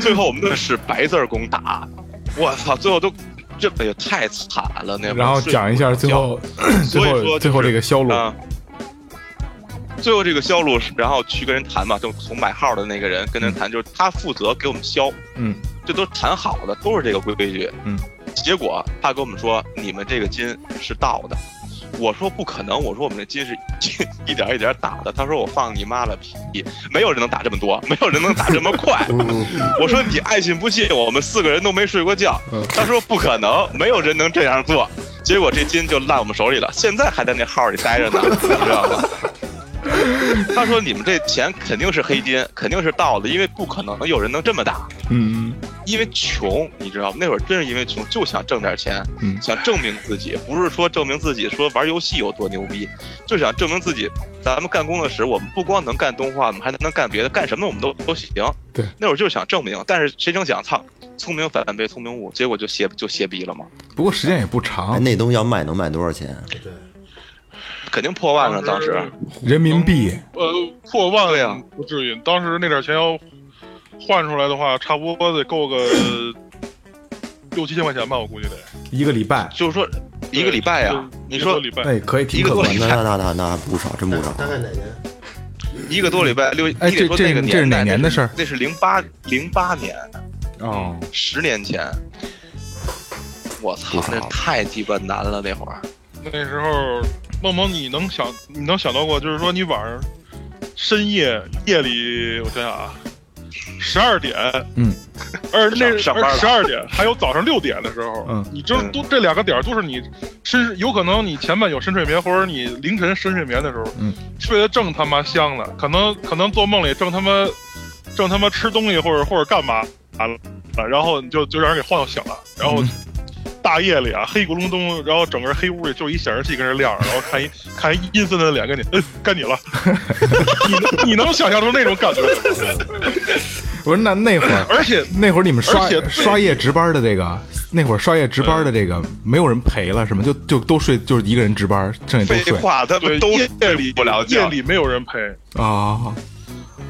E: 最后我们都使白字儿弓打，我操！最后都这哎呀太惨了那会儿。
C: 然后讲一下最后 *clears throat* 最
E: 所以
C: 后
E: 说
C: 最后这个销路，
E: 啊。最后这个销路是，然后去跟人谈嘛，就从买号的那个人跟人谈，就是他负责给我们销，
C: 嗯，
E: 这都谈好的，都是这个规矩。
C: 嗯，
E: 结果他跟我们说，你们这个金是盗的。我说不可能，我说我们这金是一点一点打的。他说我放你妈了屁，没有人能打这么多，没有人能打这么
C: *laughs*
E: 快。
D: 嗯，
E: 我说你爱信不信，我们四个人都没睡过觉
C: 嗯。
E: 他说不可能，没有人能这样做。结果这金就烂我们手里了，现在还在那号里
C: *laughs*
E: 待着呢，你知道吗？他说你们这钱肯定是黑金，肯定是盗的，因为不可能有人能这么打。
C: 嗯
E: 因为穷，你知道吗？那会儿真是因为穷，就想挣点钱，
C: 嗯
E: 想证明自己，不是说证明自己说玩游戏有多牛逼，就想证明自己。咱们干工作室，我们不光能干动画，我们还能干别的，干什么我们都都行。
C: 对，
E: 那会儿就是想证明，但是谁成想，操，聪明反被聪明误，结果就歇就歇逼了嘛，
C: 不过时间也不
B: 哎，
C: 长，
B: 那东西要卖能卖多少钱？
E: 肯定破万了。当时
C: *laughs* 人民币
G: 呃破万
E: 对啊呀
G: 不至于，当时那点钱要换出来的话，差不多得够个 *coughs* 六七千块钱吧，我估计得。
C: 一个礼拜，
E: 就是说一个礼拜呀、
G: 就是
E: 你
G: 一个多
E: 说
G: 礼拜
C: 那也可以挺可
E: 一个多
C: 观
E: 礼
C: 的。
B: 那那那那那不少，真不少。哎
D: 大概哪年？
E: 一个多礼拜六，
C: 哎
E: 你得
C: 这
E: 说
C: 这
E: 那个
C: 这是
E: 年代
C: 哪年的事儿
E: 那是零八零八年。
C: 哦，
E: 十年前，我操
B: 不，少
E: 那太鸡巴难了那会儿。
G: 那时候，梦梦，你能想你能想到过，就是说你晚上深夜夜里，我想想啊，十二点， *laughs*
C: 嗯，
G: 而那
E: 上上班了
G: 十二点，还有早上六点的时候，
C: 嗯
G: 你这都这两个点儿都是你深，有可能你前半有深睡眠，或者你凌晨深睡眠的时候，
C: 嗯，
G: 睡得正他妈香呢，可能可能做梦里正他妈正他妈吃东西或者或者干嘛完了，然后你就就让人给晃醒了，然后。
C: 嗯
G: 大夜里啊，黑咕隆咚，然后整个黑屋里就一显示器跟那亮着，然后看一看一阴森的脸，跟你，嗯，该
E: *laughs*
G: 你了，你能你能想象出那种感觉吗？
C: 不是那那会儿
G: 而且
C: 那会儿你们刷
G: 而且最
C: 刷夜值班的这个，那会儿刷夜值班的这个没有人陪了是吗？就就都睡，就是一个人值班，剩下都
E: 废
C: 睡
E: 话，他
G: 对
E: 们都
G: 夜
E: 睡
G: 里
E: 不了
G: 夜
E: 觉。
G: 里没有人陪，
C: 啊。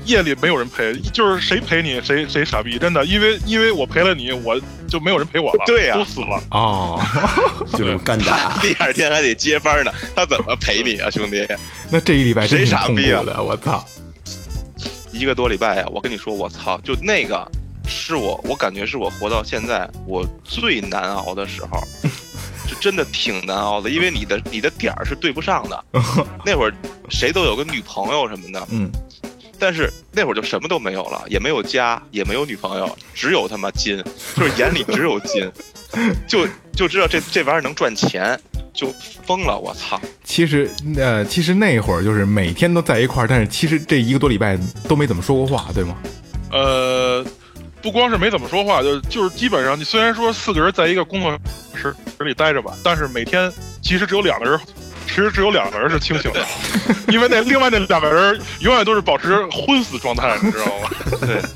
G: 夜里没有人陪，就是谁陪你谁谁傻逼，真的，因为因为我陪了你，我就没有人陪我了，
E: 对呀
G: 都死了，
C: 哦，
B: 就是干打，
E: 第二天还得接班呢，他怎么陪你啊，兄弟？
C: *laughs* 那这一礼拜真
E: 谁
C: 挺
E: 傻
C: 痛苦
E: 逼啊
C: 的，我操！
E: 一个多礼拜呀、啊我跟你说，我操，就那个是我，我感觉是我活到现在我最难熬的时候，就真的挺难熬的，因为你的你的点儿是对不上的。那会儿谁都有个女朋友什么的，
C: 嗯，
E: 但是那会儿就什么都没有了，也没有家，也没有女朋友，只有他妈金，就是眼里只有
C: *laughs*
E: 金，就就知道这这玩意儿能赚钱，就疯了，我操！
C: 其实呃，其实那会儿就是每天都在一块儿，但是其实这一个多礼拜都没怎么说过话，对吗？
G: 呃，不光是没怎么说话，就就是基本上，你虽然说四个人在一个工作室里待着吧，但是每天其实只有两个人，其实只有两个人是清醒
E: *laughs*
G: 的，因为那另外那两个人永远都是保持昏死状态，你知道
E: *laughs*
G: 吗？
C: *laughs*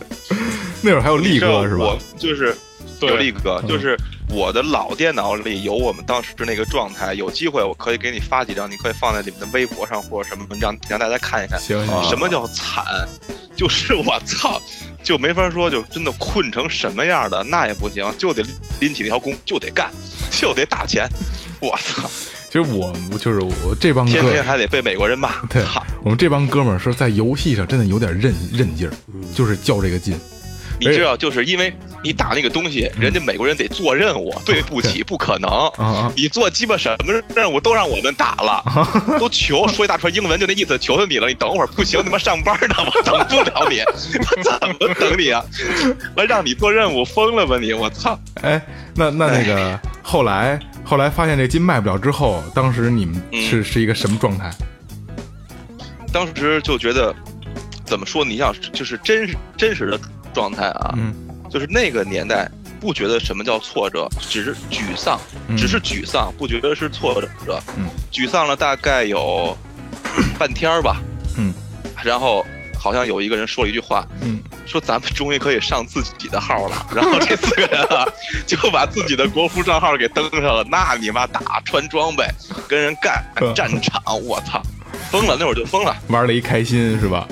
C: 那会儿还有力哥是吧
E: 我？就是有力
G: 对，
E: 哥，就是我的老电脑里有我们当时那个状态，有机会我可以给你发几张，你可以放在你们的微博上或者什么让让大家看一看。
C: 行
H: 啊
C: 行，
E: 什么叫惨？就是我操，就没法说，就真的困成什么样的那也不行，就得拎起那条弓，就得干，就得打钱。我操，
C: 其实我我就是我这帮
E: 天
C: 哥，
E: 天还得被美国人骂。
C: 嗯 *laughs* 对
E: 操，
C: 我们这帮哥们儿是在游戏上真的有点韧韧劲儿，就是较这个劲。
E: 你
C: 哎
E: 知道，就是因为你打那个东西，人家美国人得做任务，对不起，不可能。
C: 嗯啊啊
E: 你做鸡巴什么任务都让我们打
C: *laughs*
E: 了，都求说一大串英文，就那意思，求求你了，你等会儿不行，他妈上班呢，我等不了你，我怎么等你啊？我让你做任务，疯了吧你！我操！
C: 哎，那那那个后来后来发现这金卖不了之后，当时你们是、是一个什么状态？
E: 当时就觉得，怎么说？你想，就是真实真实的状态啊，
C: 嗯，
E: 就是那个年代不觉得什么叫挫折，只是沮丧，
C: 嗯
E: 只是沮丧，不觉得是挫折。
C: 嗯，
E: 沮丧了大
C: *coughs*
E: 概有半天儿吧。
C: 嗯，
E: 然后好像有一个人说了一句话，
C: 嗯，
E: 说咱们终于可以上自己的号了。 *laughs* 然后这四个人啊，就把自己的国服账号给登上了。那你妈打穿装备，跟人干
C: 嗯
E: 战场，我操，疯了！那会儿就疯了。
C: 玩了一开心是吧？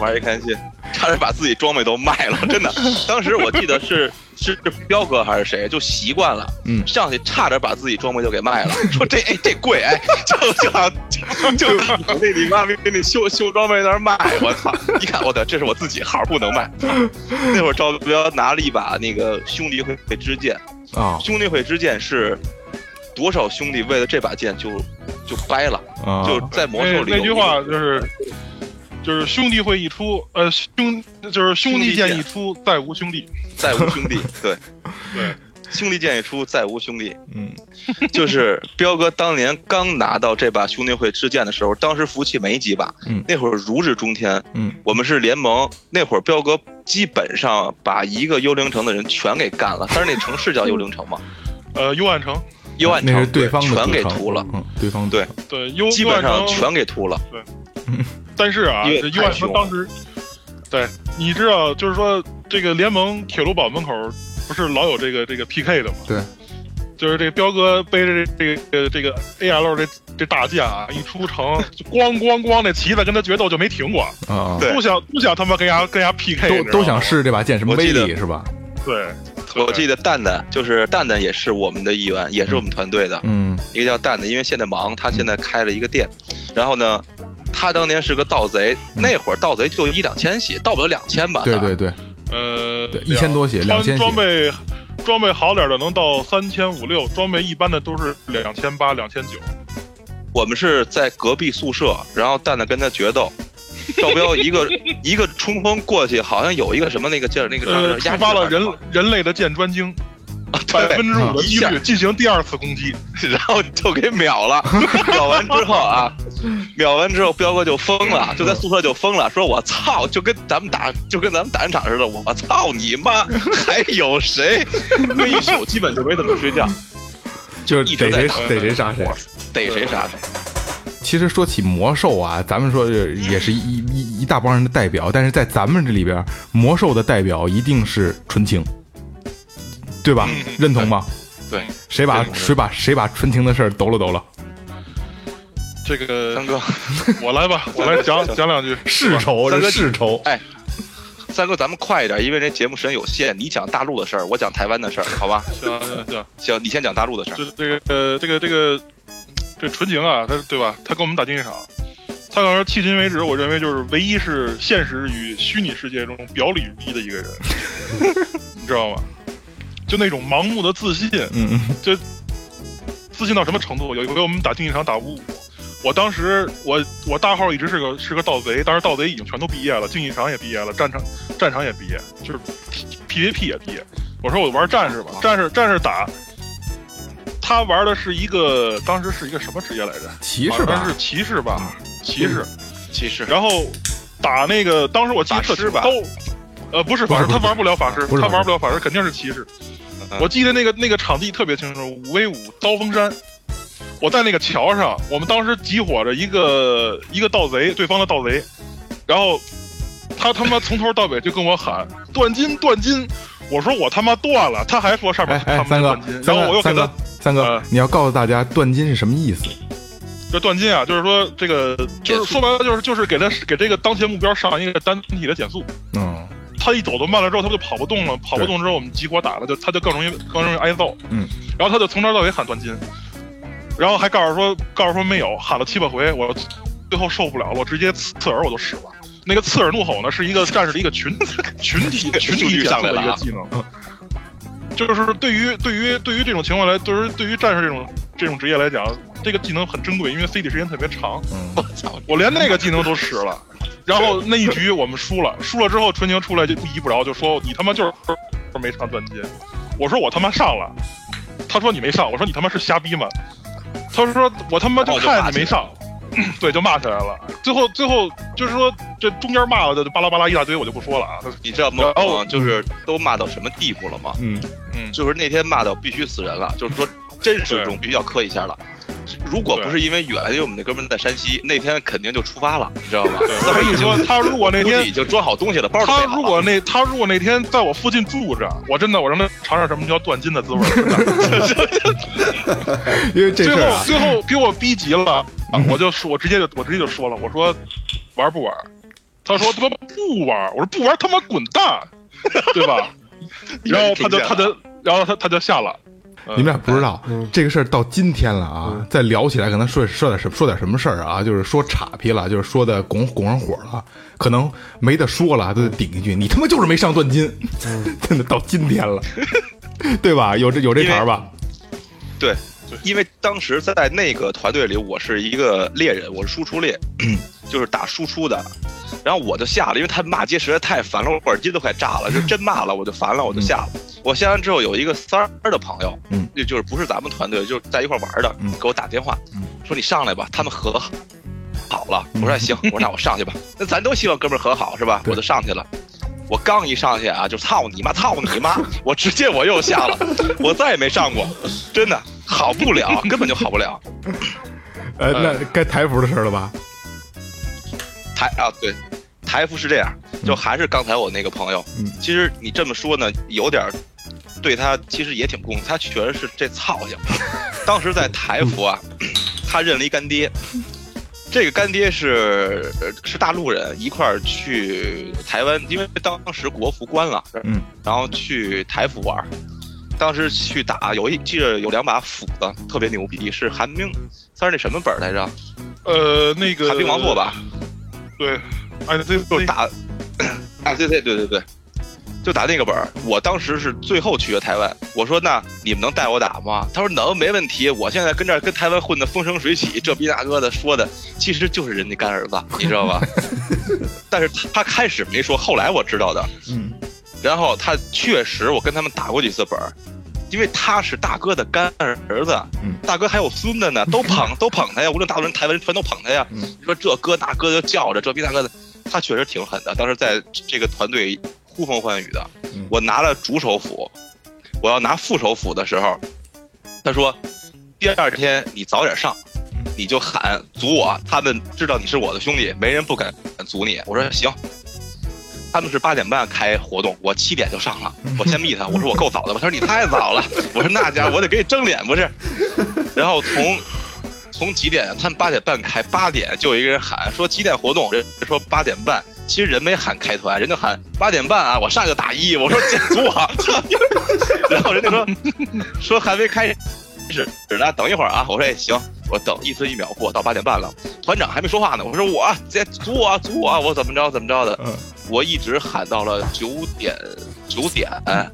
E: 玩一开心，差点把自己装备都卖了，真的。当时我记得是是彪哥还是谁，就习惯了，
C: 嗯
E: 上去差点把自己装备就给卖了，说这哎这贵哎，就就好就就那你妈逼给你修修装备那儿卖，我操！一看我的这是我自己号不能卖。那会儿赵彪拿了一把那个兄弟会之剑，
C: 啊
E: 兄弟会之剑是多少兄弟为了这把剑就就掰了，
C: 啊，
E: 就在魔兽里
G: 那那
E: 有
G: 句
E: 一个
G: 话就是。就是兄弟会一出，呃，兄就是兄弟剑一出，再无兄弟。
E: 再无兄
C: *laughs*
E: 弟，对
G: 对，
E: 兄弟剑一出，再无兄弟。
C: 嗯
E: *laughs* 就是彪哥当年刚拿到这把兄弟会之剑的时候，当时服务器没几把，
C: 嗯
E: 那会儿如日中天。
C: 嗯，
E: 我们是联盟，那会儿彪哥基本上把一个幽灵城的人全给干了，但是那城市叫幽
C: *laughs*
E: 灵城嘛，
G: 呃，幽暗城，
E: 幽暗城
C: 那是方的
E: 全给
C: 主场
E: 屠了，
C: 嗯，对方
E: 对
G: 对，幽
E: 基
G: 幽
E: 本
G: 暗城
E: 上全给屠了。
G: 但是啊，
E: 因为
G: 这
E: 太
G: 幽暗
E: 凶了
G: 城当时，对，你知道，就是说这个联盟铁路堡门口不是老有这个这个 PK 的吗？
C: 对，
G: 就是这个彪哥背着这这个这个 AL 这这大剑啊，一出城，就咣咣咣，那旗子跟他决斗就没停过，
C: 啊啊，
E: 对
G: 都想都想他妈跟伢跟伢 PK，你
C: 都
G: 知道
C: 都
G: 吗
C: 想。试这把剑什么
E: 我
C: 威
E: 记得
C: 力是吧？
G: 对，
E: 我记得蛋蛋就是蛋蛋也是我们的一员，也是我们团队的，
C: 嗯
E: 一个叫蛋蛋，因为现在忙，他现在开了一个店，然后呢。他当年是个盗贼，
C: 嗯
E: 那会儿盗贼就一两千血，盗不了两千吧？
C: 对对对，
G: 呃
C: 对，1000多血
G: 穿
C: 2000
G: 装备装备好点的能到三千五六，装备一般的都是两千八、两千九。
E: 我们是在隔壁宿舍，然后蛋蛋跟他决斗，赵彪一个一个冲锋过去，好像有一个什么那个劲儿，那个啥
G: 呃，
E: 压
G: 触
E: 制
G: 发了
E: 反
G: 人
E: 抗 *laughs*
G: 人类的剑专精， *laughs* 百分之五的几率进行第二次攻击。
E: 然后就给秒了。秒完之后啊，秒完之后，彪哥就疯了，就在宿舍就疯了，说我操，就跟咱们打，就跟咱们打一场似的，我操你妈，还有谁？那一宿基本就没怎么睡觉，
C: 就是
E: 一
C: 逮谁
E: 直在
C: 逮谁杀谁。
E: 逮谁杀谁。
C: 其实说起魔兽啊，咱们说是
E: 嗯
C: 也是一一一大帮人的代表，但是在咱们这里边，魔兽的代表一定是纯情，对吧？认同吗？
E: 对，
C: 谁把
E: 嗯哎认同
C: 谁把谁把纯情的事儿抖了抖了，
G: *laughs*
E: *laughs*
G: 这个
E: 三哥，
G: 我来吧，我来讲讲两句。
C: 世仇
E: 三
C: 这
E: 哥
C: 世仇，
E: 三哥，咱们快一点，因为这节目时间有限，你讲大陆的事儿，我讲台湾的事儿，好吧？
G: 行行行，
E: 行，你先讲大陆的事儿。
G: 这这个呃这个这个这纯情啊，他对吧？他跟我们打竞技场，他可能迄今为止，我认为就是唯一是现实与虚拟世界中表里如一的一个人， *laughs* 你知道吗？就那种盲目的自信，
C: 嗯嗯
G: 自信到什么程度？有一回我们打竞技场打五五，我当时我我大号一直是个是个盗贼，当时盗贼已经全都毕业了，竞技场也毕业了，战场战场也毕业，就是 P- PVP 也毕业。我说我玩战士吧，战士战士打，他玩的是一个当时是一个什么职业来着？
C: 骑
G: 好
C: 士
G: 像
C: 吧嗯
G: 是，骑士吧，骑士。
E: 骑士，
G: 然后打那个，当时我记得特
E: 打
G: 清
E: 狮吧
G: 都呃，不是法师，
C: 不是
G: 他玩不了法师，
C: 不是
G: 他
C: 法师
G: 玩不了法师，肯定是骑士。
E: 嗯
G: 我记得那个那个场地特别清楚，五 v 五刀锋山，我在那个桥上，我们当时集火着一个一个盗贼，对方的盗贼，然后他他妈从头到尾就跟我喊 *laughs* 断筋断筋，我说我他妈断了，他还说上面
C: 哎哎，
G: 他
C: 三
G: 们
C: 哥
G: 断筋，，
C: 三
G: 然后我
C: 哥，
G: 又给
C: 三
G: 他
C: 哥，三哥
G: 呃，
C: 你要告诉大家断筋是什么意思？
G: 这断筋啊，就是说这个就是说白了就是就是给他给这个当前目标上一个单体的减速。
C: 嗯
G: 他一抖动慢了之后，他就跑不动了，跑不动之后我们激活打了，就他就更容易更容易挨揍。
C: 嗯，
G: 然后他就从头到尾喊断筋，然后还告诉说告诉说没有，喊了七八回，我最后受不了了，我直接刺刺耳我都使了。那个刺耳怒吼呢，是一个战士的一个群 *laughs* 群体群体减速的一个技能，就是对于对于对于这种情况来，对于对于战士这种这种职业来讲，这个技能很珍贵，因为 CD 时间特别长。
C: 嗯，
G: *laughs* 我连那个技能都使了。然后那一局我们输了，输了之后纯情出来就不依不饶，就说你他妈就是没上断金。我说我他妈上了，他说你没上，我说你他妈是瞎逼吗？他说我他妈就看见你没上， *coughs* 对，就骂起来了。最后最后就是说这中间骂了就巴拉巴拉一大堆，我就不说了啊。
E: 你知道吗
G: 然？后
E: 就是都骂到什么地步了吗？
C: 嗯，
G: 嗯，
E: 就是那天骂到必须死人了，就是说真实中必须要磕一下了。如果不是因为远，因为我们那哥们儿在山西，那天肯定就出发了，你知道吗？
G: 我跟你说，他如果那
E: 估 *laughs*
G: 天
E: 计已经装好东西了，包儿都
G: 他
E: 没拿
G: 如果那他如果那天在我附近住着，我真的我让他尝尝什么叫断筋的滋味儿。 *laughs*
C: 因为这
G: 最
C: 事儿
G: 后
C: 啊，
G: 最后给我逼急了，啊
E: 嗯
G: 我就说，我直接就我直接就说了，我说玩不玩？他说他妈不玩，我说不玩他妈滚
E: *laughs*
G: 蛋，对吧？然后他就他就然后他他就下了，
C: 你们俩不知道
G: 嗯
C: 这个事儿到今天了啊，再聊起来可能说说点什说点什么事儿啊，就是说岔劈了，就是说的拱拱上火了，可能没得说了，都得顶一句，你他妈就是没上断筋，
G: 嗯
C: 真的到今天了，对吧？有这有这茬儿吧？
E: 对，因为当时在那个团队里，我是一个猎人，我是输出猎， *clears throat* 就是打输出的。然后我就下了，因为他骂街实在太烦了，我耳机都快炸
C: *laughs*
E: 了，就真骂了，我就烦了，我就下了。我下完之后，有一个三儿的朋友，
C: 嗯，
E: 就就是不是咱们团队，就是在一块玩的，
C: 嗯
E: 给我打电话，
C: 嗯
E: 说你上来吧，他们和好了。我说
C: *laughs*
E: 哎行，我说那我上去吧。那咱都希望哥们儿和好是吧？
C: 对
E: 我就上去了。我刚一上去啊，就操你妈，操
C: *laughs*
E: 你妈！我直接我又下了，我再也没上过，真的好不了，根本就好不了。
C: 呃，那该台服的事儿了吧？
E: 台啊，对，台服是这样，就还是刚才我那个朋友，
C: 嗯
E: 其实你这么说呢，有点儿对他其实也挺不公，他觉得是这操
C: *laughs*
E: 性。当时在台服啊， *clears throat* 他认了一干爹，这个干爹是呃是大陆人，一块儿去台湾，因为当时国服关了，
C: 嗯，
E: 然后去台服玩儿。当时去打有一记得有两把斧子特别牛逼，是寒冰，算是那什么本儿来着？
G: 呃，那个
E: 寒冰王座吧？
G: 对，哎，这
E: 就
G: 这
E: 是打，啊，对对对对对，就打那个本儿。我当时是最后去的台湾，我说那你们能带我打吗？他说能，没问题。我现在跟这儿跟台湾混得风生水起，这逼那哥的说的，其实就是人家干儿子，你知道吧？ *laughs* 但是他他开始没说，后来我知道的。
C: 嗯，
E: 然后他确实，我跟他们打过几次本儿。因为他是大哥的干儿子，
C: 嗯
E: 大哥还有孙子呢，
C: *laughs*
E: 都捧都捧他呀，无论大陆人、台湾人全都捧他呀。
C: 嗯
E: 你说这哥那哥就叫着，这逼那哥的，他确实挺狠的。当时在这个团队呼风唤雨的
C: 嗯，
E: 我拿了主手斧，我要拿副手斧的时候，他说第二天你早点上，
C: 嗯
E: 你就喊阻我，他们知道你是我的兄弟，没人不敢阻你。我说行。他们是八点半开活动，我七点就上了。我先密他，我说我够早的吧？他说你太早了。我说那家伙我得给你争脸不是？然后从从几点？他们八点半开，八点就有一个人喊说几点活动，人说八点半。其实人没喊开团，人就喊八点半啊！我上去就打一，我说这组我， *laughs* 然后人家说说还没开始呢，等一会儿啊！我说哎行，我等一分一秒过到八点半了，团长还没说话呢，我说我这组我组啊我，我怎么着怎么着的，
C: 嗯
E: 我一直喊到了九点九点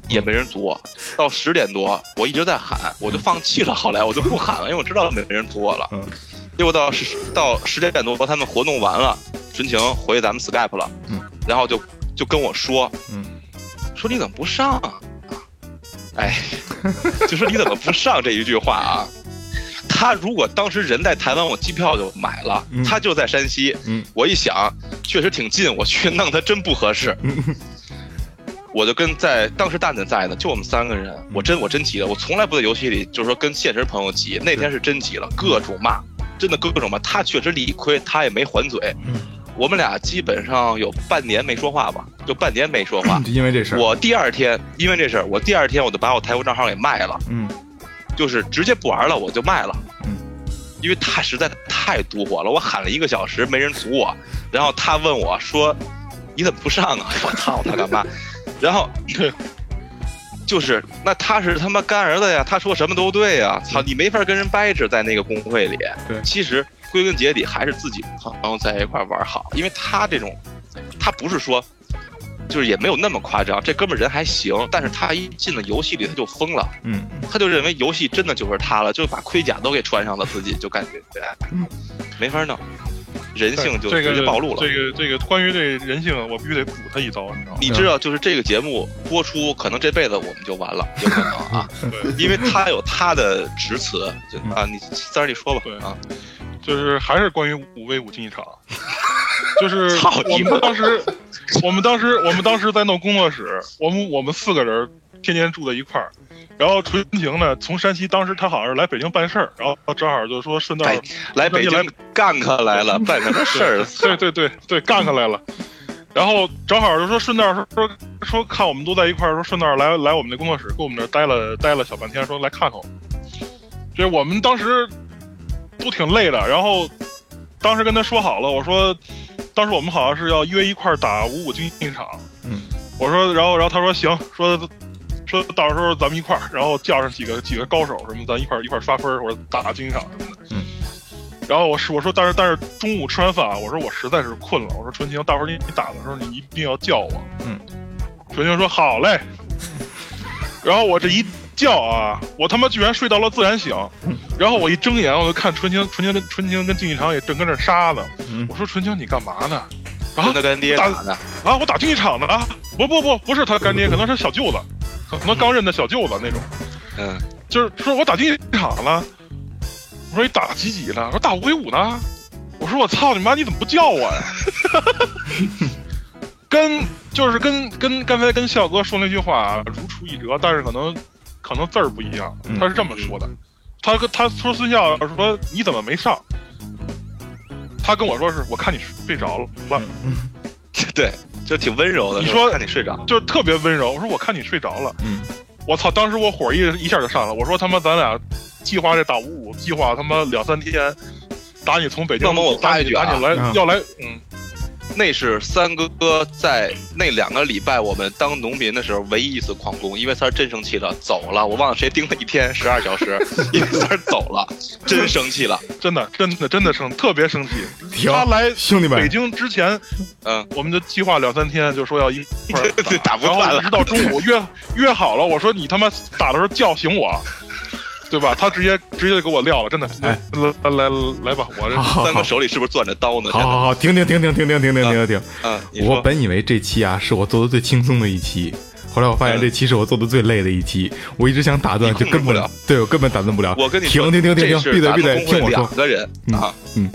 E: 也没人阻我，到十点多我一直在喊，我就放弃了，后来我就不喊了，因为我知道没人阻我了。
C: 嗯
E: 结果到十到十点多，他们活动完了，纯情回咱们 Skype 了，
C: 嗯，
E: 然后就就跟我说，
C: 嗯，
E: 说你怎么不上啊？哎， *laughs* 就说你怎么不上这一句话啊？他如果当时人在台湾，我机票就买了，
C: 嗯
E: 他就在山西，
C: 嗯，
E: 我一想确实挺近，我去弄他真不合适。我就跟在当时蛋蛋在呢，就我们三个
C: 嗯
E: 人，我真我真急了，我从来不在游戏里就是说跟现实朋友急，
C: 嗯
E: 那天是真急了，各种骂，真的各种骂，他确实理亏，他也没还嘴，
C: 嗯。
E: 我们俩基本上有半年没说话吧，就半年没说话
G: 嗯
C: 就因为这事儿，
E: 我第二天因为这事儿，我第二天我就把我台服账号给卖了，
C: 嗯
E: 就是直接不玩了，我就卖了。
C: 嗯，
E: 因为他实在太堵我了，我喊了一个小时没人阻我，然后他问我说：“你怎么不上啊？”我操他干嘛？然
C: *laughs*
E: 后就是那他是他妈干儿子呀，他说什么都对呀，操你没法跟人掰扯在那个工会里。
C: 嗯对
E: 其实归根结底还是自己朋友在一块玩好，因为他这种他不是说。就是也没有那么夸张，这哥们儿人还行，但是他一进了游戏里他就疯了，
C: 嗯，
E: 他就认为游戏真的就是他了，就把盔甲都给穿上了，自己就感觉哎
C: 嗯
E: 没法弄，人性就
G: 这
E: 直
G: 个
E: 接暴露了。
G: 这个这个关于这人性，我必须得补他一刀，你知道吗？
E: 你知道，就是这个节目播出，可能这辈子我们就完了，有可能啊，
G: *laughs* 对，
E: 因为他有他的直词，就
C: 嗯
E: 啊，你三儿你说吧
G: 对
E: 啊，
G: 就是还是关于五 v 五竞
E: *laughs*
G: 技场，就是
E: 操
G: 我
E: 你
G: 们
E: 妈
G: 当时，我们当时，我们当时在弄工作室，我们我们四个人天天住在一块儿，然后纯情呢从山西，当时他好像是来北京办事儿，然后正好就说顺道
E: 哎来北京干他来了，办什么事儿？
G: 对对对对，干上来了。然后正好就说顺道说说说看我们都在一块儿，说顺道来来我们那工作室，跟我们这儿待了待了小半天，说来看看我们。这我们当时都挺累的，然后当时跟他说好了，我说当时我们好像是要约一块儿打五五竞技场，
C: 嗯，
G: 我说然后然后他说行，说说到时候咱们一块儿，然后叫上几个几个高手什么，咱一块儿一块儿刷分儿，或者打竞技场什么的。
C: 嗯。
G: 然后我是我说，但是但是中午吃完饭啊，我说我实在是困了，我说纯情，大伙儿你你打的时候你一定要叫我。
C: 嗯。
G: 纯情说好嘞。然后我这一叫啊，我他妈居然睡到了自然醒，
C: 嗯
G: 然后我一睁眼我就看纯情纯情跟纯情跟竞技场也正跟那儿杀呢，
C: 嗯
G: 我说纯情你干嘛呢？ *laughs* 啊
E: 跟他干爹打呢？
G: 啊，我打竞技场呢啊！不不不，不是他干爹，可能是小舅子，可能刚认的小舅子那种。
E: 嗯， *laughs*
G: 就是说我打竞技场了，我说你打几几呢？我说打五 v 五呢。我说我操你妈，你怎么不叫我呀？ *laughs* 跟就是跟跟刚才跟笑哥说那句话啊如出一辙，但是可能可能字儿不一样
C: 嗯，
G: 他是这么说的。他跟他说孙笑说你怎么没上？他跟我说是我看你睡着了，
E: 对，就挺温柔的。
G: 你说
E: 看你睡着，
G: 就是特别温柔。我说我看你睡着了，
C: 嗯，
G: 我操！当时我火一一下就上了，我说他妈咱俩计划这打五五，计划他妈两三天，打你从北京，
E: 要么我
G: 打
E: 插
G: 你
E: 一句啊
G: 打你来、
C: 嗯
G: 要来，嗯，
E: 那是三哥哥在那两个礼拜我们当农民的时候唯一一次旷工，因为三儿真生气了，走了。我忘了谁盯了一天十二小时，因为三儿走了，真生气了。
G: 真的真的真的生特别生气。
C: 停
G: 他来
C: 兄弟们
G: 北京之前，
E: 嗯，
G: 我们就计划两三天，就说要一
E: *laughs*
G: 块儿
E: 对打不
G: 然后
E: 断了
G: 一直到中午约约好了，我说你他妈打的时候叫醒我。对吧？他直接直接就给我撂了，真的。
C: 哎
G: 来来来来吧，我这
C: 好好
E: *laughs* 三
C: 好
E: 哥。手里是不是攥着刀呢？
C: 好好好，停停停停停停停停停停！
E: 嗯，你
C: 我
E: 说
C: 本以为这期啊是我做的最轻松的一期，后来我发现
E: 嗯
C: 这期是我做的最累的一期。我一直想打断，
E: 你
C: 就
E: 控制
C: 根本
E: 不了
C: 对我根本打断不了。
E: 我跟你
C: 停
E: 说，
C: 停停停
E: 这
C: 停，
E: 是
C: 闭嘴
E: 咱
C: 闭
E: 们
C: 嘴，
E: 工会
C: 听我说
E: 两。个人
C: 嗯
E: 啊，
C: 嗯，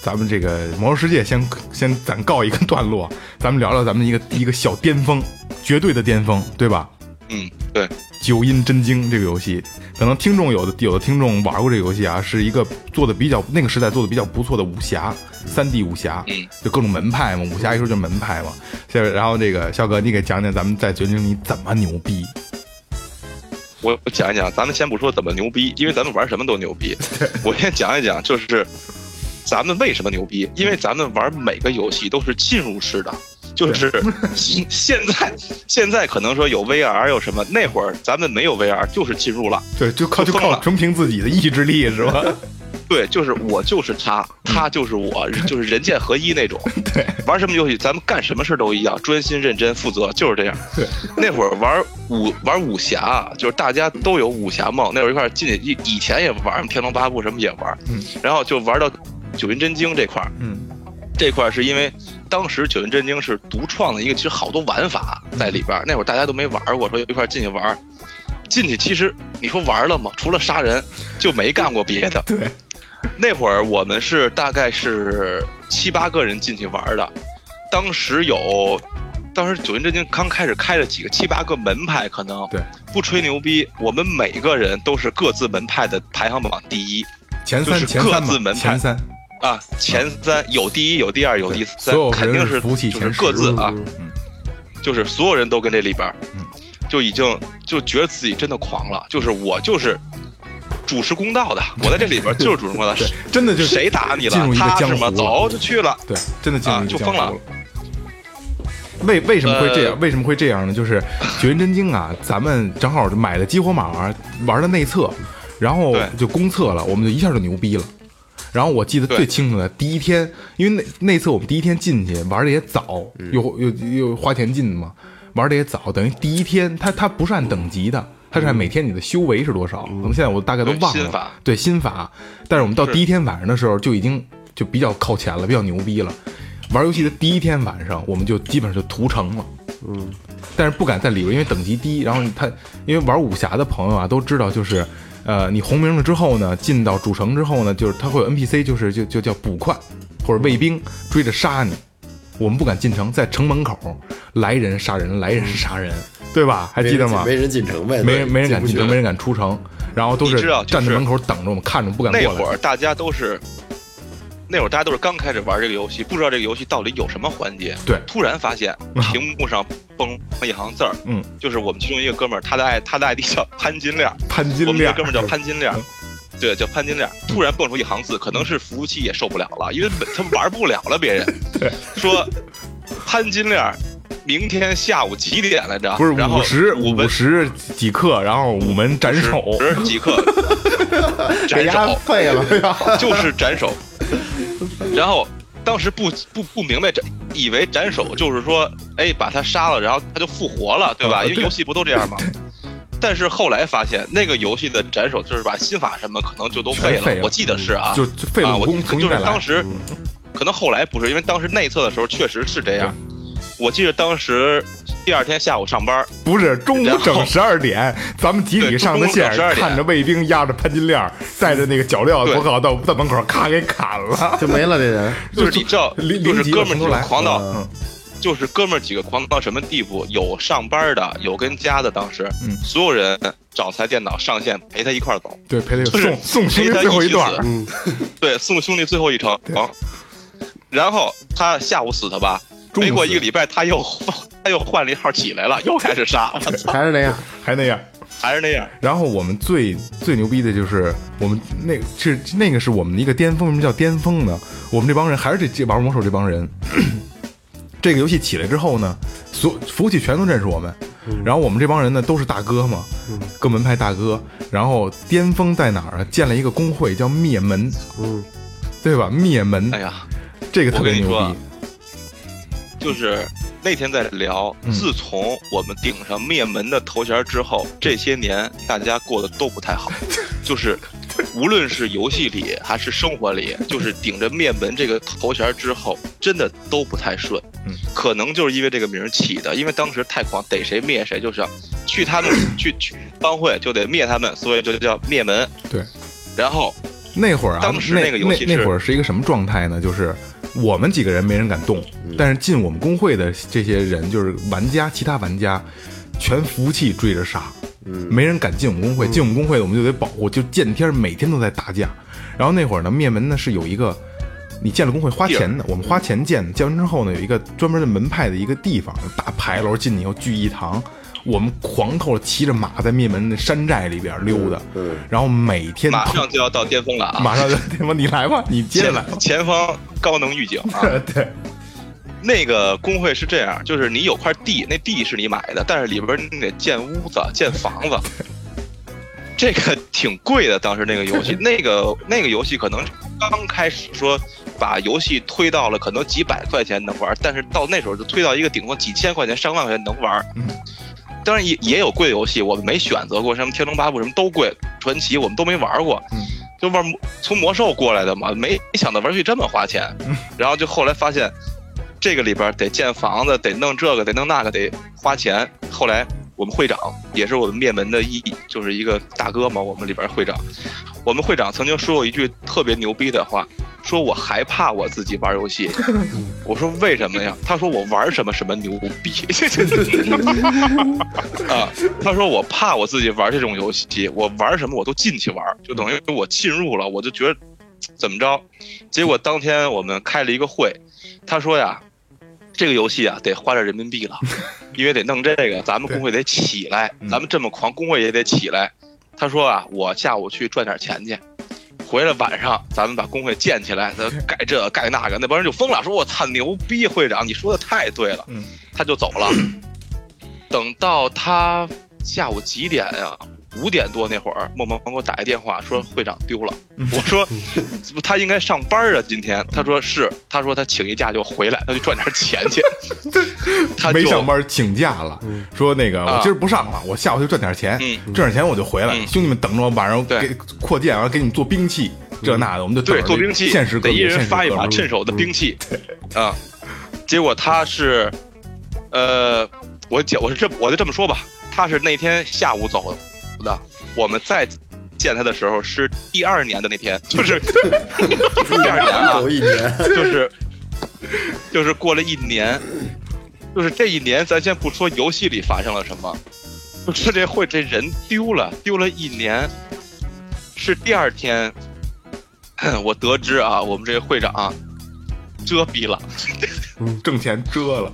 C: 咱们这个《魔兽世界先》先暂告一个段落，咱们聊聊咱们一个一个小巅峰，绝对的巅峰，对吧？
E: 嗯，对，
C: 《九阴真经》这个游戏，可能听众有的有的听众玩过这个游戏啊，是一个做的比较那个时代做的比较不错的武侠，三 D 武侠，
E: 嗯，
C: 就各种门派嘛，武侠一说就门派嘛。下面然后这个肖哥，你给讲讲咱们在绝境里怎么牛逼？
E: 我我讲一讲，咱们先不说怎么牛逼，因为咱们玩什么都牛逼。我先讲一讲，就是咱们为什么牛逼，因为咱们玩每个游戏都是进入式的，就是现现在现在可能说有 VR 有什么，那会儿咱们没有 VR，就是进入了。
C: 对，就靠就
E: 就疯
C: 靠
E: 了
C: 纯凭自己的意志力是吧？
E: 对，就是我就是他，他就是
C: *laughs*
E: 我，就是人剑合一那种。
C: 嗯对，
E: 玩什么游戏，咱们干什么事都一样，专心认真负责，就是这样。
C: 对，
E: 那会儿玩武玩武侠，就是大家都有武侠梦。那会儿一块儿进去，以以前也玩《天龙八部》什么也玩，
C: 嗯
E: 然后就玩到《九阴真经》这块儿。
C: 嗯
E: 这块儿是因为当时《九阴真经》是独创的一个，其实好多玩法在里边儿。那会儿大家都没玩过，说一块儿进去玩儿，进去其实你说玩了吗？除了杀人，就没干过别的。
C: 对，
E: 那会儿我们是大概是七八个人进去玩的，当时有当时九阴真经刚开始开了几个七八个门派，可能
I: 对，
E: 不吹牛逼，我们每个人都是各自门派的排行榜第一
C: 前
E: 就
C: 三
E: 是
C: 前三
E: 各自
C: 嘛，
E: 门派
C: 前三
E: 啊，前三有第一，有第二，有第
I: 所
E: 三
I: 有，
E: 肯定
I: 人
E: 是
I: 服务器
E: 就
I: 前
E: 是
I: 十
E: 各自啊，
C: 嗯
E: 就是所有人都跟这里边儿
C: 嗯，
E: 就已经就觉得自己真的狂了，就是我就是主持公道的，
C: *laughs*
E: 我在这里边儿就是主持公道，
C: 对，真的就
E: 谁打你
C: 进入
E: 了
C: 一，个
E: 他
C: 江
E: 什么
C: 湖
E: 走就去了，
C: 对，真的进入
E: 啊
C: 一个
E: 就
C: 江湖
E: 疯了。
C: 为为什么会这样？
E: 呃
C: 为什么会这样呢？ *laughs* 就是《绝人真经》啊，咱们正好就买了激活码玩玩的内测，然后
E: 对
C: 就公测了，我们就一下就牛逼了。然后我记得
E: 对
C: 最清楚的第一天，因为那内测我们第一天进去玩的也早，
E: 嗯
C: 又又又花钱进的嘛，玩的也早，等于第一天它它不是按等级的，它是按每天你的修为是多少。可能现在我大概都
E: 对
C: 忘了。
E: 心法
C: 对心法，但是我们到
E: 是
C: 第一天晚上的时候就已经就比较靠前了，比较牛逼了。玩游戏的第一天晚上，我们就基本上就屠城了。但是不敢在里边儿，因为等级低。然后他因为玩武侠的朋友啊，都知道就是，呃，你红名了之后呢，进到主城之后呢，就是他会有 NPC，就是就就叫捕快或者卫兵追着杀你。我们不敢进城，在城门口来人杀人，来人杀人，对吧？还记得吗？
J: 没人进城呗，
C: 嗯没人没人敢进
J: 去
C: 城，没人敢出城，然后都是
E: 你知道就
C: 站在
E: 是
C: 门口等着我们，看着不敢过来。
E: 那会儿大家都是，那会儿大家都是刚开始玩这个游戏，不知道这个游戏到底有什么环节。
C: 对
E: 突然发现屏幕上蹦了一行字儿，
C: 啊嗯，
E: 就是我们其中一个哥们儿，他的爱他的 ID 叫潘金链儿，
C: 潘金
E: 我们这
C: 链嗯
E: 哥们儿叫潘金链儿。对，叫潘金链儿，突然蹦出一行字，可能是服务器也受不了了，因为本他玩不了了，别人
C: *laughs* 对
E: 说潘金链儿明天下午几点来着？
C: 不是
E: 然后
C: 五十
E: 我们
C: 五十几克，然后午门斩首，
E: 十
D: *laughs*
E: 几克
D: 给
E: 斩
D: 家
E: 首，
D: 废了，哎呀
E: *laughs* 就是斩首。然后当时不不不明白斩，以为斩首就是说，哎，把他杀了，然后他就复活了，对
C: 啊
E: 吧？因为游戏不都这样吗？但是后来发现，那个游戏的斩首就是把心法什么可能就都废
C: 全废了
E: 我记得是啊，
C: 就就废了
E: 啊，
C: 武
E: 我
C: 功，重新
E: 就是
C: 再来嗯
E: 当。时，可能后来不是，因为当时内测的时候确实是这样。我记得当时第二天下午上班，
C: 不是中午
E: 然
C: 整
E: 后
C: 十二点，咱们集体
E: 对
C: 上的线
E: 中午整12，点
C: 看着卫兵压着潘金链，带着那个脚镣，
E: 对
C: 我靠，到到门口咔给砍了。
D: 就没了这人。
E: *laughs* 就是你
C: *laughs*
E: 知道，
C: 临
E: 就是
C: 临急
E: 哥们儿
C: 冲出
E: 几个
C: 来
E: 狂到，
C: 嗯
E: 就是哥们儿几个狂到什么地步？有上班的，有跟家的，当时，
C: 嗯
E: 所有人找台电脑上线陪他一块儿走，
C: 对，陪他
E: 就是
C: 送送兄
E: 陪
C: 弟
E: 他
C: 最后
E: 一
C: 一
E: 起
C: 段儿
E: 死， *laughs* 对，送兄弟最后一程。然后他下午死的吧，
C: 中午
E: 没过
C: 死
E: 一个礼拜，他又 *laughs* 他又换了一号起来了，又开始杀，我操，
D: 还是那样，
C: 还那样。
E: 还是那样。
C: 然后我们最最牛逼的就是我们那个是那个是我们的一个巅峰，为什么叫巅峰呢？我们这帮人还是这这玩魔兽这帮人。 *clears throat* 这个游戏起来之后呢，所服务器全都认识我们，然后我们这帮人呢都是大哥嘛，各门派大哥。然后巅峰在哪儿啊？建了一个工会叫灭门，
D: 嗯，
C: 对吧？灭门，
E: 哎呀，
C: 这个特别
E: 我跟你
C: 牛
E: 说
C: 逼
E: 啊。就是那天在聊，
C: 嗯
E: 自从我们顶上灭门的头衔之后，这些年大家过得都不太好，就是无论是游戏里还是生活里，就是顶着灭门这个头衔之后，真的都不太顺。
C: 嗯，
E: 可能就是因为这个名儿起的，因为当时太狂，逮谁灭谁，就是要去他们去去帮会就得灭他们，所以就叫灭门。
C: 对，
E: 然后
C: 那会儿啊，
E: 当时那个游戏
C: 那那
E: 是
C: 会儿是一个什么状态呢？就是我们几个人没人敢动，但是进我们工会的这些人，就是玩家，其他玩家全服务器追着杀，没人敢进我们工会。进我们工会，我们就得保护，就见天儿每天都在打架。然后那会儿呢，灭门呢是有一个。你建了工会花钱的，我们花钱建的，建完之后呢，有一个专门的门派的一个地方，大牌楼进去以后聚义堂，我们狂透了，骑着马在灭门的山寨里边溜达，然后每天
E: 马
C: 通
E: 上就要到巅峰了
C: *laughs*
E: 啊！
C: 马上就他妈你来
E: *laughs*
C: 吧，你接着来。
E: 前前方高能预警
C: *laughs*
E: 啊！
C: 对，
E: 那个工会是这样，就是你有块地，那地是你买的，但是里边你得建屋子、建房子， *laughs* 这个挺贵的。当时那个游
C: *laughs*
E: 戏，那个那个游戏可能刚开始说把游戏推到了可能几百块钱能玩，但是到那时候就推到一个顶多几千块钱、上万块钱能玩。
C: 嗯
E: 当然也也有贵的游戏，我们没选择过，什么《天龙八部》什么都贵，传奇我们都没玩过。
C: 嗯
E: 就玩魔从魔兽过来的嘛，没没想到玩游戏这么花钱，
C: 嗯
E: 然后就后来发现，这个里边得建房子，得弄这个，得弄那个，得花钱。后来我们会长也是我们灭门的一，就是一个大哥嘛，我们里边会长，我们会长曾经说过一句特别牛逼的话，说我害怕我自己玩游戏。我说为什么呀？他说我玩什么什么牛逼。啊，他说我怕我自己玩这种游戏，我玩什么我都进去玩，就等于我进入了，我就觉得怎么着。结果当天我们开了一个会，他说呀，这个游戏啊得花点人民币了，因为得弄这个，咱们工会得起来，咱们这么狂，工会也得起来。他说啊，我下午去赚点钱去，回来晚上咱们把工会建起来，咱盖这盖那个，那帮人就疯了，说我操牛逼，会长你说的太对了，
C: 嗯
E: 他就走了。等到他下午几点呀、五点多那会儿，默默给我打一电话说会长丢了。
C: 嗯
E: 我说他应该上班啊，今天。他说是，他说他请一假就回来，他去赚点钱
C: *laughs*
E: 去。他就
C: 没上班请假了，说那个
E: 啊
C: 我今儿不上了，我下午去赚点钱，
E: 嗯
C: 赚点钱我就回来。
E: 嗯
C: 兄弟们等着我，晚上
E: 对
C: 给扩建，然后给你们做兵器，这那的，我们就等
E: 对，
C: 着
E: 做兵器，
C: 现实嗯
E: 得
C: 革命
E: 一人发一把趁。
C: 现实革命
E: 手的兵器，啊，结果他是，呃，我讲我是这我就这么说吧，他是那天下午走的，我们再见他的时候是第二年的那天，就是 *laughs* 第二年啊
D: 有，嗯一年，
E: 就是就是过了一年，就是这一年，咱先不说游戏里发生了什么，就是这会这人丢了，丢了一年，是第二天，我得知啊，我们这个会长遮蔽了，
C: 挣钱遮了，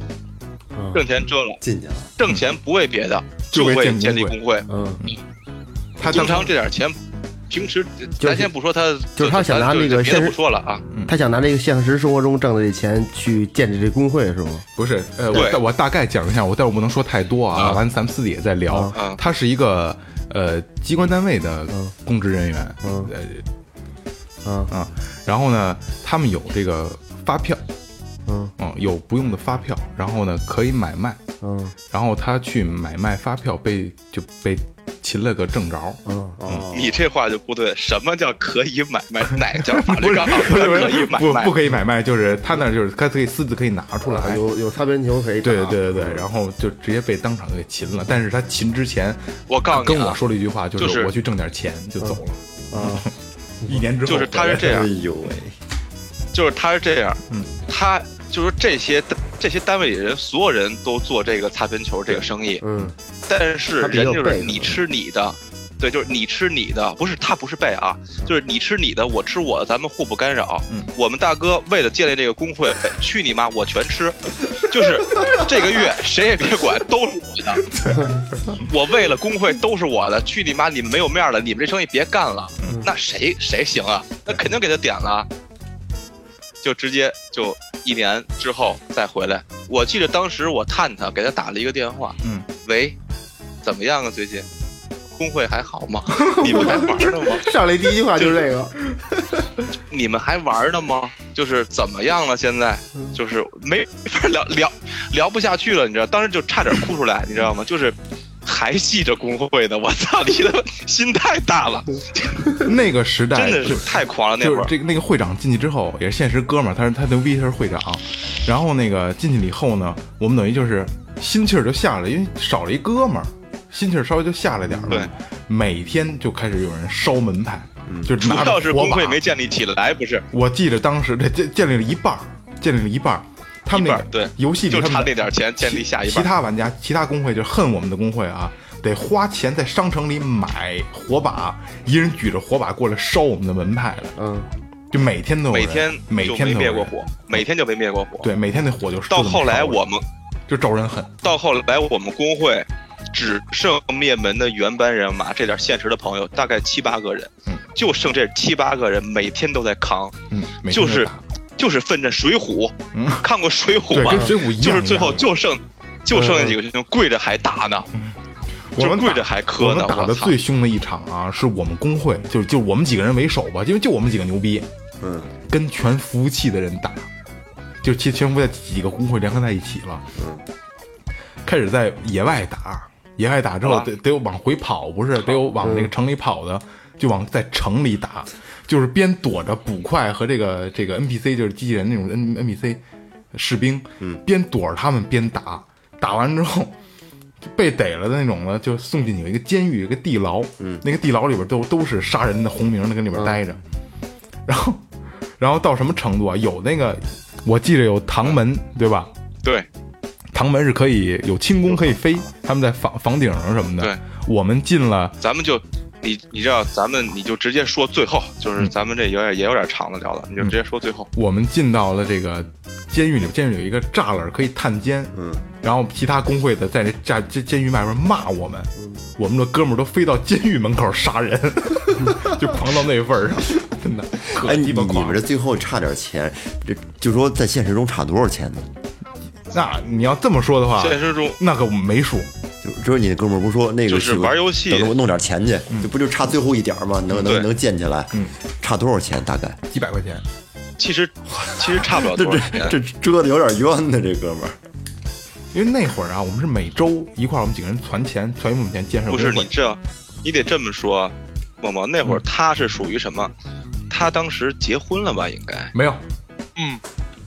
E: 挣钱遮了，
K: 进去了，
E: 挣钱不为别的，
C: 就为
E: 为
C: 建
E: 建立
C: 工
E: 工会，
D: 嗯，
C: 他
E: 经
C: 当
E: 常这点钱。平时
D: 是
E: 咱先不说他，
D: 就是他想拿那个
E: 别
D: 现
E: 的
D: 实
E: 不说了啊，
D: 嗯他想拿这个现实生活中挣的这钱去建立这工会是吗？
C: 不是，呃，
E: 对
C: 我我大概讲一下，我但我不能说太多啊。
E: 啊
C: 完，咱们私底下再聊
E: 啊。
C: 他是一个呃机关单位的公职人员，
E: 啊
D: 嗯
C: 呃
D: 嗯
C: 啊，然后呢，他们有这个发票，
E: 啊
D: 嗯
C: 嗯，有不用的发票，然后呢可以买卖，
D: 嗯
C: 然后他去买卖发票被就被擒了个正着，
E: 啊
D: 嗯哦
E: 你这话就不对。什么叫可以买
C: *laughs*
E: 卖？哪叫法律上
C: 不是不
E: 可以
C: 是
E: 买
C: 不
E: 卖？
C: 不可以买卖，就是他那儿就是他可以私自可以拿出
E: 哎
C: 来，
D: 有有擦边球可以打
C: 对对对对对，然后就直接被当场给擒了。但是他擒之前，
E: 我告诉你啊
C: 他跟我说了一句话，就
E: 就是
C: 是我去挣点钱就走了。
D: 啊，
C: 一年之后
E: 就是他是这
K: 嗯
E: 样
K: 哎，呦喂，
E: 就是他是这样，
C: 嗯，
E: 他就是这些这些单位里人，所有人都做这个擦边球这个生意，
D: 嗯
E: 但是
D: 他比较
E: 人就
D: 背
E: 是
D: 的
E: 你吃你的，对，就是你吃你的，不是他不是背啊，就是你吃你的，我吃我的，咱们互不干扰。
C: 嗯
E: 我们大哥为了建立这个工会， *laughs* 去你妈，我全吃，就是这
D: *laughs*
E: 个月谁也别管，都是我的。我为了工会都是我的，去你妈！你们没有面儿了，你们这生意别干了。
D: 嗯
E: 那谁谁行啊？那肯定给他点了，就直接就一年之后再回来。我记得当时我探他给他打了一个电话，
C: 嗯，
E: 喂，怎么样啊？最近工会还好吗？ *laughs* 你们还玩
C: *laughs*
E: 呢吗？
D: 上来第一句话就是这个，
E: 你们还玩呢吗？就是怎么样了？现在
C: 嗯
E: 就是没法聊聊聊不下去了，你知道，当时就差点哭出
C: *laughs*
E: 来，你知道吗？就是还系着工会呢，我操，你的心太大
C: *laughs*
E: 了，
C: *laughs* 那个时代
E: 真的是太狂了那
C: 就
E: 会
C: 是
E: 儿。
C: 这个那个会长进去之后也是现实哥们儿，他是他牛逼，他是会长。然后那个进去了以后呢，我们等于就是心气儿就下来了，因为少了一哥们儿，心气儿稍微就下来点儿了。
E: 对，
C: 每天就开始有人烧门派，
K: 嗯
C: 就
E: 主
C: 拿着
E: 要是
C: 火
E: 工
C: 把
E: 会没建立起来，不是
C: 我记得当时这建建立了一半儿，建立了一半儿，他们那个
E: 一半儿对
C: 游戏里
E: 就
C: 他们
E: 差那点钱建立下一
C: 其
E: 半儿
C: 其他玩家、其他工会就恨我们的工会啊，得花钱在商城里买火把，一人举着火把过来烧我们的门派了，
D: 嗯
C: 就每天都有人
E: 每天
C: 每
E: 就
C: 天
E: 没
C: 都
E: 灭
C: 有
E: 过
C: 人
E: 火，每天就没灭过火。
C: 对，每天那火就
E: 到后来
C: 就这么烧
E: 我
C: 着
E: 们
C: 就招人恨，
E: 到后来我们工会只剩灭门的原班人马，这点现实的朋友大概七八个人，
C: 嗯
E: 就剩这七八个人每天都在扛，
C: 嗯，每天
E: 就
C: 都
E: 是
C: 打
E: 就是奔着《水浒》
C: 嗯
E: 看过《水浒》
C: 对
E: 吗？
C: 跟水浒一样，
E: 就是最后
C: 一样
E: 就剩就剩那几个兄弟跪着还打呢，
C: 嗯我
E: 就
C: 们
E: 跪
C: 打
E: 着还磕
C: 我
E: 呢，
C: 们打的
E: 我操！
C: 最凶的一场啊，是我们工会，就就我们几个人为首吧，因为就我们几个牛逼，
K: 嗯，
C: 跟全服务器的人打，就其实全服务器几个工会联合在一起了，嗯，开始在野外打，野外打之后
E: 好吧
C: 得得有往回跑，不是得有往那个城里跑的，就往在城里打，就是边躲着捕快和这个这个 NPC，就是机器人那种 N NPC 士兵，嗯，边躲着他们边打，打完之后。被逮了的那种呢，就送进有一个监狱，有一个地牢，嗯，那个地牢里边都都是杀人的红名，那跟里边待着，然后然后到什么程度啊？有那个，我记着有唐门，对吧？
E: 对，
C: 唐门是可以有轻功可以飞，他们在房房顶上什么的。
E: 对，
C: 我们进了，
E: 咱们就你你知道，咱们你就直接说最后，
C: 嗯
E: 就是咱们这有点也有点长了聊了，你就直接说最后。
C: 我们进到了这个监狱里，监狱里有一个栅栏可以探监，嗯，然后其他工会的在这栅监监狱外边骂我们，
B: 嗯
C: 我们的哥们儿都飞到监狱门口杀人， *laughs* 就狂到那份儿上， *laughs* 真的。可
B: 哎，你
C: 鸡
B: 你
C: 巴
B: 你
C: 狂
B: 们这最后差点钱，这就说在现实中差多少钱呢？
C: 那你要这么说的话，
E: 现实中
C: 那可我们没输，
B: 就就是你那哥们儿不是说那个
E: 就是
B: 去
E: 玩游戏嗯
B: 等着我弄点钱去，这不就差最后一点儿吗？能
E: 对
B: 能能建起来，
C: 嗯
B: 差多少钱大概？
C: 几百块钱。
E: 其实其实差不了
B: 这
C: *laughs*
E: 多少钱。
B: 这这折的有点冤呢，这哥们儿。
C: 因为那会儿啊，我们是每周一块儿，我们几个人攒钱，攒一部分钱建设
E: 不是
C: 工会
E: 你这，你得这么说，默默那会儿他是属于什么？他当时结婚了吧？应该
C: 没有，
G: 嗯，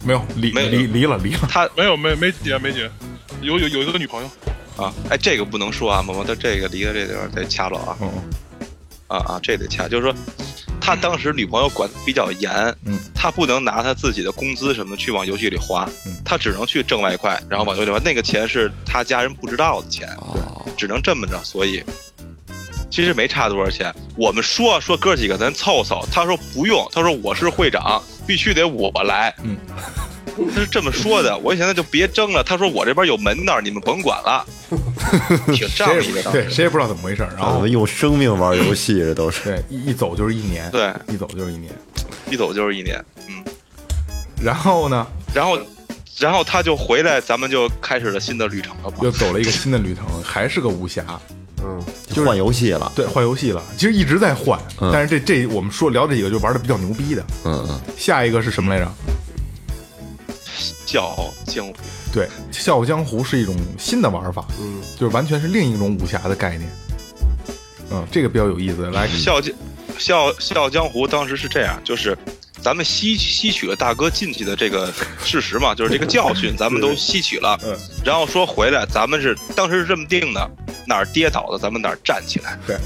C: 没有离
E: 没有
C: 离离了离了，
E: 他
G: 没有没没姐啊没姐，有有有一个女朋友，
E: 啊，哎，这个不能说啊，默默他这个离了这地方得掐了啊
C: 嗯，
E: 啊啊，这得掐，就是说。他当时女朋友管得比较严，
C: 嗯，
E: 他不能拿他自己的工资什么去往游戏里花，
C: 嗯
E: 他只能去挣外快，然后往游戏里花。那个钱是他家人不知道的钱，
B: 哦，
E: 只能这么着。所以其实没差多少钱。我们说说哥几个咱凑凑，他说不用，他说我是会长，必须得我来。
C: 嗯，
E: *laughs* 他是这么说的。我现在就别争了。他说我这边有门道，你们甭管
C: *laughs*
E: 了。挺仗
C: 谁也
E: 义的
C: 不，对谁也不知道怎么回事儿，然
E: 啊
B: 我
C: 后
B: 们哦用生命玩游戏，这都是。
C: 对一一走就是一年，
E: 对，
C: 一走就是一年。
E: 一走就是一年。嗯，
C: 然后呢，
E: 然后。然后他就回来，咱们就开始了新的旅程了嘛。
C: 又走了一个新的旅程，还是个武侠，
D: 嗯，
B: 就换游戏了。
C: 对，换游戏了。其实一直在换，
B: 嗯
C: 但是这这我们说聊这几个就玩的比较牛逼的。
B: 嗯嗯，
C: 下一个是什么来着？
E: 叫江湖，
C: 对，《笑傲江湖》是一种新的玩法，
D: 嗯，
C: 就是完全是另一种武侠的概念。嗯，这个比较有意思。来，
E: 笑傲江笑笑傲江湖当时是这样，就是咱们吸吸取了大哥进去的
C: *laughs*
E: 这个事实嘛，就是这个教训，咱们都吸取了。
C: 嗯，
E: 然后说回来，咱们是当时是这么定的，哪儿跌倒了，咱们哪儿站起来。
C: 对，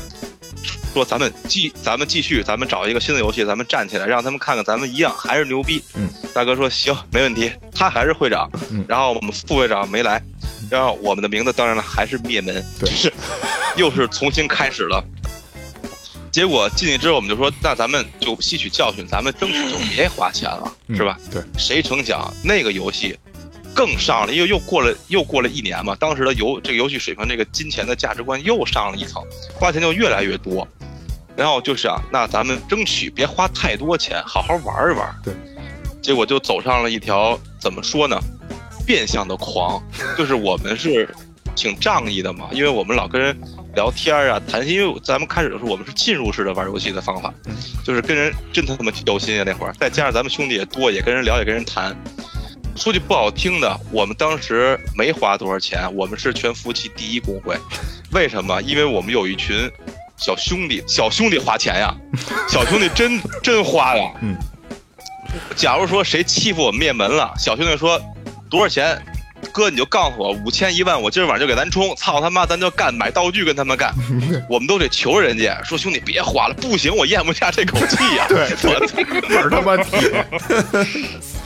E: 说咱们继咱们继续，咱们找一个新的游戏，咱们站起来，让他们看看咱们一样还是牛逼。
C: 嗯，
E: 大哥说行，没问题，他还是会长。
C: 嗯
E: 然后我们副会长没来，然后我们的名字当然了还是灭门，
C: 对 *laughs*
E: 就是又是重新开始了。结果进去之后，我们就说，那咱们就吸取教训，咱们争取就别花钱了，
C: 嗯
E: 是吧？？
C: 对，
E: 谁成想那个游戏更上了，又又过了又过了一年嘛，当时的游这个游戏水平，这个金钱的价值观又上了一层，花钱就越来越多。然后就是啊，那咱们争取别花太多钱，好好玩一玩。
C: 对，
E: 结果就走上了一条怎么说呢，变相的狂，就是我们是挺仗义的嘛，因为我们老跟人聊天啊、谈心，因为咱们开始的时候我们是进入式的玩游戏的方法，就是跟人真他妈有心啊那会儿，再加上咱们兄弟也多，也跟人聊，也跟人谈。说句不好听的，我们当时没花多少钱，我们是全服务器第一工会，为什么？因为我们有一群小兄弟，小兄弟花钱呀，小兄弟真真花呀。
C: 嗯。
E: 假如说谁欺负我们灭门了，小兄弟说多少钱，哥你就告诉我五千一万，我今儿晚上就给咱冲，操他妈咱就干，买道具跟他们干。我们都得求人家说兄弟别花了，不行我咽不下这口气呀、对，我操
C: 玩他妈铁。 *laughs*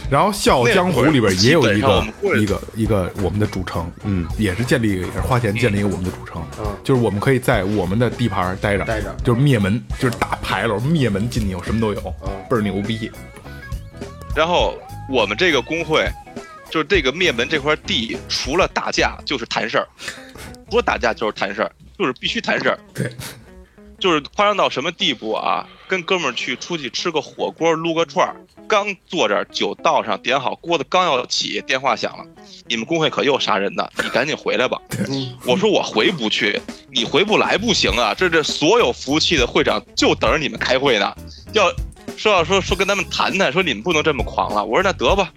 C: 然后《笑傲江湖》里边也有一
E: 那会儿基本上我
C: 个
E: 们过日
C: 一个一个我们的主城，嗯，也是建立也是花钱建立一个我们的主城，
D: 嗯
C: 就是我们可以在我们的地盘儿待着，
D: 待着
C: 就是灭门，就是打牌楼灭门进去，有什么都有，
E: 嗯
C: 倍儿牛逼。
E: 然后我们这个工会，就是这个灭门这块地，除了打架就是谈事儿，说打架就是谈事儿，就是必须谈事儿。
C: 对，
E: 就是夸张到什么地步啊？跟哥们儿去出去吃个火锅，撸个串儿，刚坐这儿酒倒上，点好锅子，刚要起，电话响了，你们工会可又杀人呢，你赶紧回来吧。
D: 嗯
E: 我说我回不去，你回不来不行啊！这这所有服务器的会长就等着你们开会呢，要说要说说跟他们谈谈，说你们不能这么狂了。我说那得吧，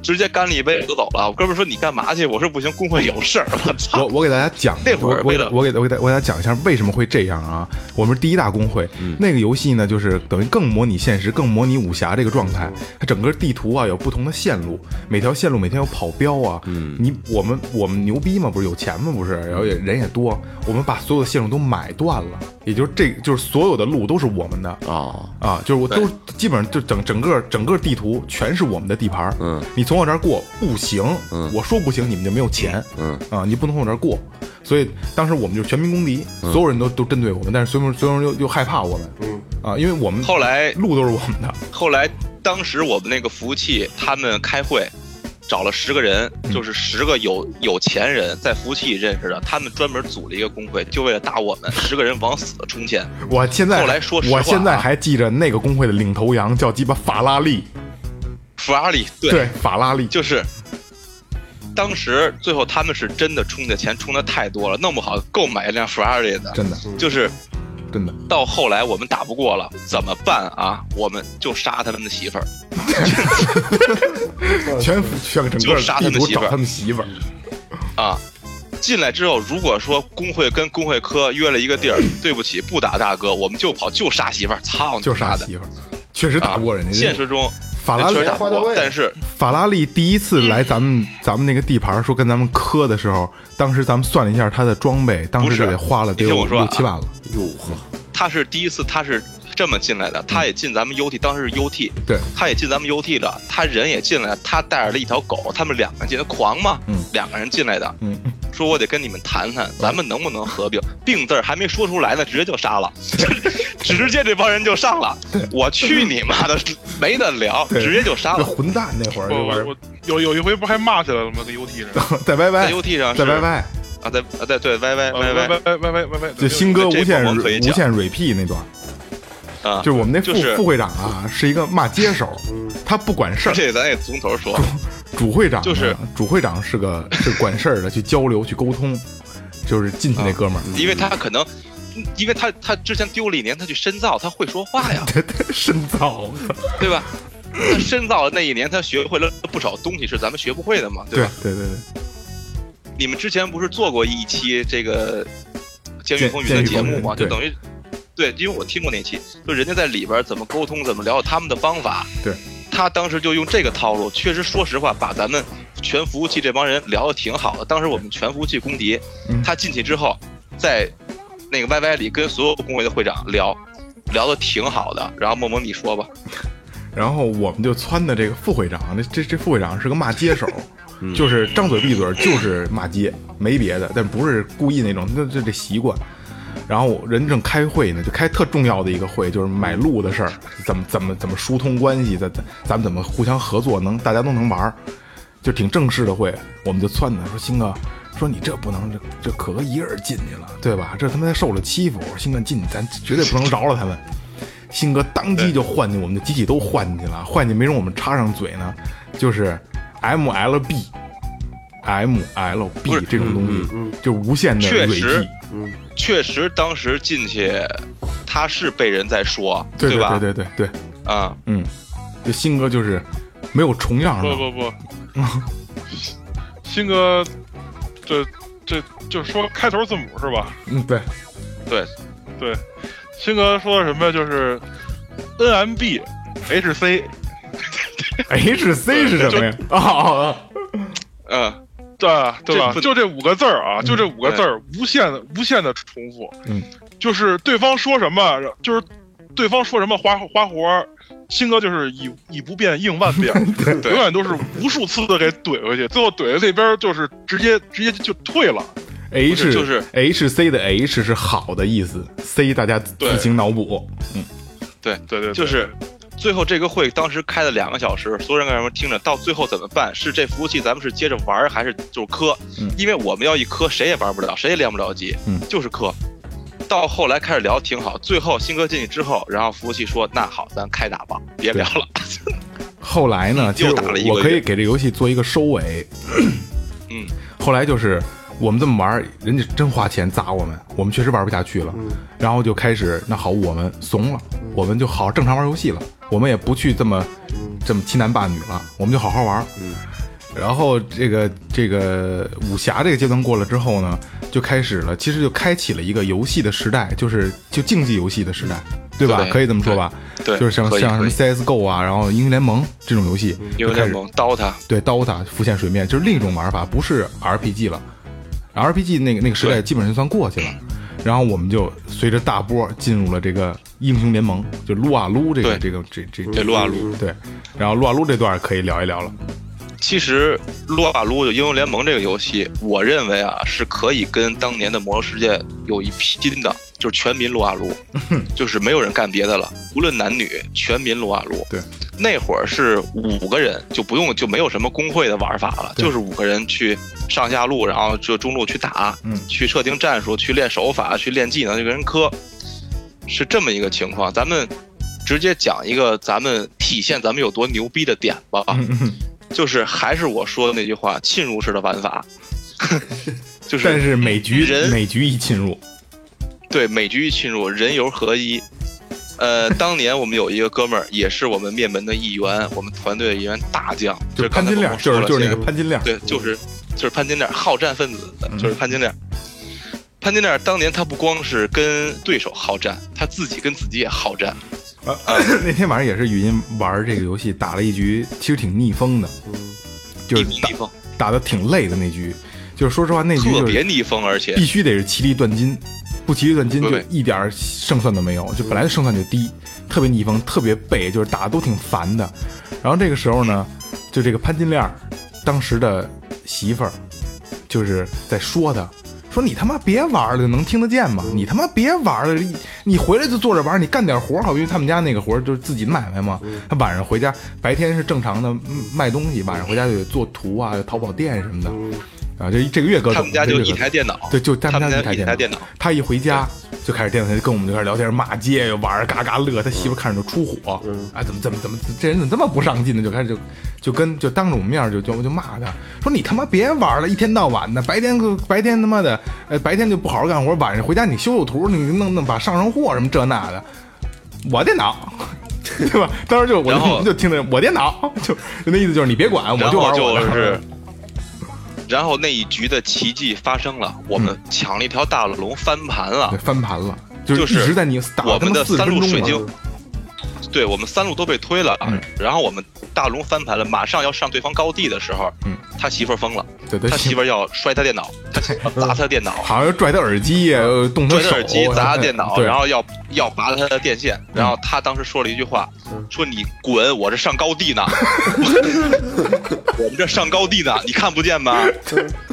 E: 直接干了一杯就走了。我哥们儿说你干嘛去？我说不行，工会有事儿。我
C: 我
E: 操！
C: 我给大家讲，
E: 那会儿
C: 我
E: 为
C: 我
E: 了
C: 我给我给大我给大家讲一下为什么会这样啊？我们是第一大工会，
E: 嗯
C: 那个游戏呢，就是等于更模拟现实，更模拟武侠这个状态。它整个地图啊有不同的线路，每条线路每天有跑标啊。
E: 嗯
C: 你我们我们牛逼嘛，不是有钱嘛，不是，然后也人也多，我们把所有的线路都买断了，也就是这就是所有的路都是我们的。
D: 哦，
C: 啊，就是我都基本上就整整个整个地图全是我们的地盘嗯，你从我这儿过不行，嗯，我说不行，你们就没有钱，嗯啊，你不能从我这儿过，所以当时我们就全民公敌，
E: 嗯
C: 所有人都都针对我们，但是所有人所有人又又害怕我们，嗯啊，因为我们
E: 后来
C: 路都是我们的，
E: 后来，当时我们那个服务器他们开会，找了十个人，就是十个有有钱人在服务器认识的，他们专门组了一个工会，就为了打我们，十个人往死了冲线。
C: 我现在
E: 后来说实话
C: 我
E: 啊
C: 现在还记着那个工会的领头羊叫鸡巴法拉利，
E: 法拉利对，
C: 对，法拉利，
E: 就是当时最后他们是真的充的钱充的太多了，弄不好购买一辆法拉利的，
C: 真的
E: 就是
C: 真的，
E: 到后来我们打不过了，怎么办啊？我们就杀他们的媳妇儿。
C: 全全整
E: 就
C: 个
E: 是杀他
C: 地
E: 们
C: 图
E: 媳妇儿
C: 找他们媳妇儿，
E: 啊。进来之后，如果说工会跟工会科约了一个地儿，对不起，不打大哥，我们就跑，就杀媳妇儿，操你
C: 就
E: 妈
C: 杀
E: 的！
C: 媳妇儿，确实打不过人
E: 啊
C: 家，
E: 现实中
C: 法拉利
E: 确实打不
L: 花到
E: 过
L: 位，
E: 但是
C: 法拉利第一次来咱
E: 嗯
C: 们咱们那个地盘儿说跟咱们磕的时候，当时咱们算了一下他的装备，当时就得花了得
E: 你听
C: 有
E: 我说啊
C: 六七万了。
D: 哟呵，
E: 他是第一次，他是这么进来的，他也进咱们 UT，当时是 UT，
C: 嗯对，
E: 他也进咱们 UT 了，他人也进来，他带着了一条狗，他们两个进来，狂嘛，
C: 嗯
E: 两个人进来的，
C: 嗯，
E: 说我得跟你们谈谈，咱们能不能合并？并字儿还没说出来呢，直接就杀了， *laughs* 直接这帮人就上了，我去你妈的，没得聊，
C: 对
E: 直接就杀
C: 这
E: 了。
C: 混蛋那会儿
G: 我
C: 就
G: 我
C: 玩
G: 我啊有有一回不还骂起来了吗？在 UT 上，
C: 儿， *laughs* 在 YY，
E: 在 UT 上
C: 在
E: 是
C: YY，
E: 啊，在啊在对 Y Y
G: 呃
E: Y
G: 喂
E: Y
G: 喂喂喂喂喂，
C: 就新歌无
E: 这
C: 限
E: 这我可以
C: 无
E: 讲
C: 限 repeat 那段儿，
E: 啊，
C: 就是我们那副
E: 就是
C: 副会长啊，是一个骂街手，他不管事儿。
E: 这咱也从头说，
C: 主会长呢啊
E: 就是
C: 主会长是个是管事儿的，去交流去沟通，就是进去那哥们儿，
E: 因为他可能，因为他他之前丢了一年，他去深造，他会说
C: *laughs*
E: 话呀，
C: 他他深造，
E: 对吧？他深造的那一年，他学会了不少东西，是咱们学不会的嘛，
C: 对
E: 吧？
C: 对对对，
E: 你们之前不是做过一期这个《监狱风云》的
C: 监监狱
E: 节
C: 风云
E: 目吗？
C: 对
E: 就等于，对，因为我听过那期，就人家在里边怎么沟通，怎么聊他们的方法。
C: 对，
E: 他当时就用这个套路，确实，说实话，把咱们全服务器这帮人聊得挺好的。当时我们全服务器公敌
C: 嗯，
E: 他进去之后，在那个 YY 里跟所有工会的会长聊，聊得挺好的。然后默默你说吧，
C: 然后我们就撺掇这个副会长，那这这副会长是个骂街手，就是张嘴闭嘴就是骂街，没别的，但不是故意那种，就就这习惯。然后人正开会呢，就开特重要的一个会，就是买路的事儿，怎么怎么怎么疏通关系，咱咱咱们怎么互相合作，能大家都能玩儿，就挺正式的会。我们就撺掇说鑫哥，说你这不能这这可哥一个人进去了，对吧？这他妈受了欺负，我说鑫哥进去，咱绝对不能饶了他们。鑫哥当机就换进我们的机器都换进去了，换进没容我们插上嘴呢，就是 MLB。
E: 不
C: MLB
E: 是
C: 这种东
E: 嗯
C: 西，就无限的
E: 确
C: 累
E: 实
C: 积，
E: 确实当时进去，他是被人在说，
C: 对
E: 吧？
C: 对对对对，
E: 啊、
C: 嗯，这新哥就是没有重样
G: 不
C: 的，
G: 不不，新哥，这这就说开头字母是吧？
C: 嗯，对，
E: 对，
G: 对，新哥说的什么就是 NMB、HC，
C: HC 是什么呀？哦哦，哦
E: 嗯、
G: 对对吧
E: 这不？
G: 就这五个字儿啊，就这五个字儿，无限的无限的重复。
C: 嗯，
G: 就是对方说什么，就是对方说什么花花活儿，新哥就是以以不变应万变，永远都是无数次的给怼回去，最后怼的那边就是直接直接就退了。
C: ，H
E: 就是
C: HC 的 H 是好的意思，C 大家自行脑补，嗯，
G: 对对，对
E: 就是最后这个会当时开了两个小时，所有人干什么听着，到最后怎么办？是这服务器咱们是接着玩儿还是就是磕？
C: 嗯
E: 因为我们要一磕，谁也玩不了，谁也练不了级，
C: 嗯
E: 就是磕。到后来开始聊挺好，最后新哥进去之后，然后服务器说：“那好，咱开打吧，别聊了。 *laughs*
C: 后来呢，
E: 嗯
C: 其实
E: 又打了一个
C: 我可以
E: 月
C: 给这游戏做一个收尾。
E: 嗯，
C: 后来就是我们这么玩儿，人家真花钱砸我们，我们确实玩不下去了。然后就开始，那好，我们怂了，我们就好正常玩游戏了，我们也不去这么这么欺男霸女了，我们就好好玩。嗯。然后这个这个武侠这个阶段过了之后呢，就开始了，其实就开启了一个游戏的时代，就是就竞技游戏的时代，对吧？
E: 嗯对
C: 可以这么说吧？
E: 对
C: 就是像
E: 可以
C: 像什么
E: 可以
C: CSGO 啊，然后英雄联盟这种游戏，
E: 英雄联盟、DOTA，
C: 对 DOTA 浮现水面，就是另一种玩法，不是 RPG 了。RPG 那个那个时代
E: 对
C: 基本上就算过去了。然后我们就随着大波进入了这个英雄联盟，就撸啊撸这个
E: 对
C: 这个这这
E: 对撸啊
D: 嗯
E: 撸。
C: 对。然后撸啊撸这段可以聊一聊了。
E: 其实撸啊撸就英雄联盟这个游戏，我认为啊是可以跟当年的魔兽世界有一拼的，就是全民撸啊
C: *laughs*
E: 撸，就是没有人干别的了，无论男女，全民撸啊撸。
C: 对，
E: 那会儿是五个人，就不用就没有什么工会的玩法了，就是五个人去上下路，然后就中路去打，
C: 嗯
E: 去设定战术，去练手法，去练技能，去跟人磕，是这么一个情况。咱们直接讲一个咱们体现咱们有多牛逼的点吧。啊
C: *laughs*
E: 就是还是我说的那句话，侵入式的玩
C: *laughs*
E: 法，就是
C: 但是每局
E: 人
C: 每局一侵入，
E: 对每局一侵入，人游合一。
C: *laughs*
E: 呃，当年我们有一个哥们儿，也是我们灭门的一员，我们团队的一员大将，
C: 就是
E: 是
C: 潘
E: 刚才
C: 金
E: 我
C: 链，
E: 们
C: 就
E: 说
C: 是
E: 了
C: 就是那
E: 这
C: 个嗯潘金链，
E: 对，就是就是潘金莲，好战分子，就是潘金莲。潘金莲当年他不光是跟对手好战，他自己跟自己也好战。
C: 啊， *laughs* 那天晚上也是语音玩这个游戏，打了一局，其实挺逆风的，
E: 嗯
C: 就是
E: 逆
C: 打
E: 逆风，
C: 打的挺累的那局，就是说实话那局
E: 特
C: 就是
E: 别逆风，而且
C: 必须得是齐力断金，不齐力断金就
E: 对嗯
C: 一点儿胜算都没有，就本来胜算就低，特别逆风，特别背，就是打的都挺烦的。然后这个时候呢，就这个潘金莲儿当时的媳妇儿，就是在说他。说你他妈别玩了，能听得见
E: 嗯
C: 吗？你他妈别玩了，你你回来就坐着玩，你干点活好，因为他们家那个活儿就是自己买卖嘛。
E: 嗯
C: 他晚上回家，白天是正常的嗯卖东西，晚上回家就得做图啊、淘宝店什么的。啊，这这个月哥
E: 嗯他们家就
C: 这个
E: 一台电脑，
C: 对，就他们家
E: 他
C: 一台
E: 们家一台
C: 电
E: 电脑。
C: 他一回家就开始电脑，跟我们就开始聊天，骂街，又玩儿，嘎嘎乐。他
E: 嗯
C: 媳妇看着就出火，啊，怎么怎么怎么，这人怎么这么不上进呢？就开始就就跟就当着我们面儿就就就骂他，说你他妈别玩了，一天到晚的，白天白天他妈的，呃，白天就不好好干活，晚上回家你修修图，你弄弄把上上货什么这那的，我电脑。 *laughs* 对吧？当时就我
E: 然
C: 就
E: 后
C: 我们就听着我电脑， *laughs* 就就那意思就是你别管，我
E: 然
C: 就玩
E: 后
C: 我的。
E: 是，然后那一局的奇迹发生了，我们抢了一条大龙翻盘了
C: 对，翻盘了，就
E: 就是
C: 一直在你打
E: 我
C: 他
E: 们
C: 妈
E: 的
C: 四十
E: 三
C: 分
E: 路水
C: 钟了
E: 晶。对我们三路都被推了，啊
C: 嗯
E: 然后我们大龙翻盘了，马上要上对方高地的时候，
C: 嗯
E: 他媳妇儿疯了，
C: 对对，
E: 他媳妇儿要摔他电
C: *laughs*
E: 脑，他媳妇儿砸他电脑，
C: 好像是拽他耳机，呃动他
E: 摔
C: 手，
E: 他耳机，砸他电脑，
C: 对嗯
E: 然后要要拔他的电线，然后他当时说了一句话，说你滚，我这上高地呢，我们这上高地呢，你看不见吗？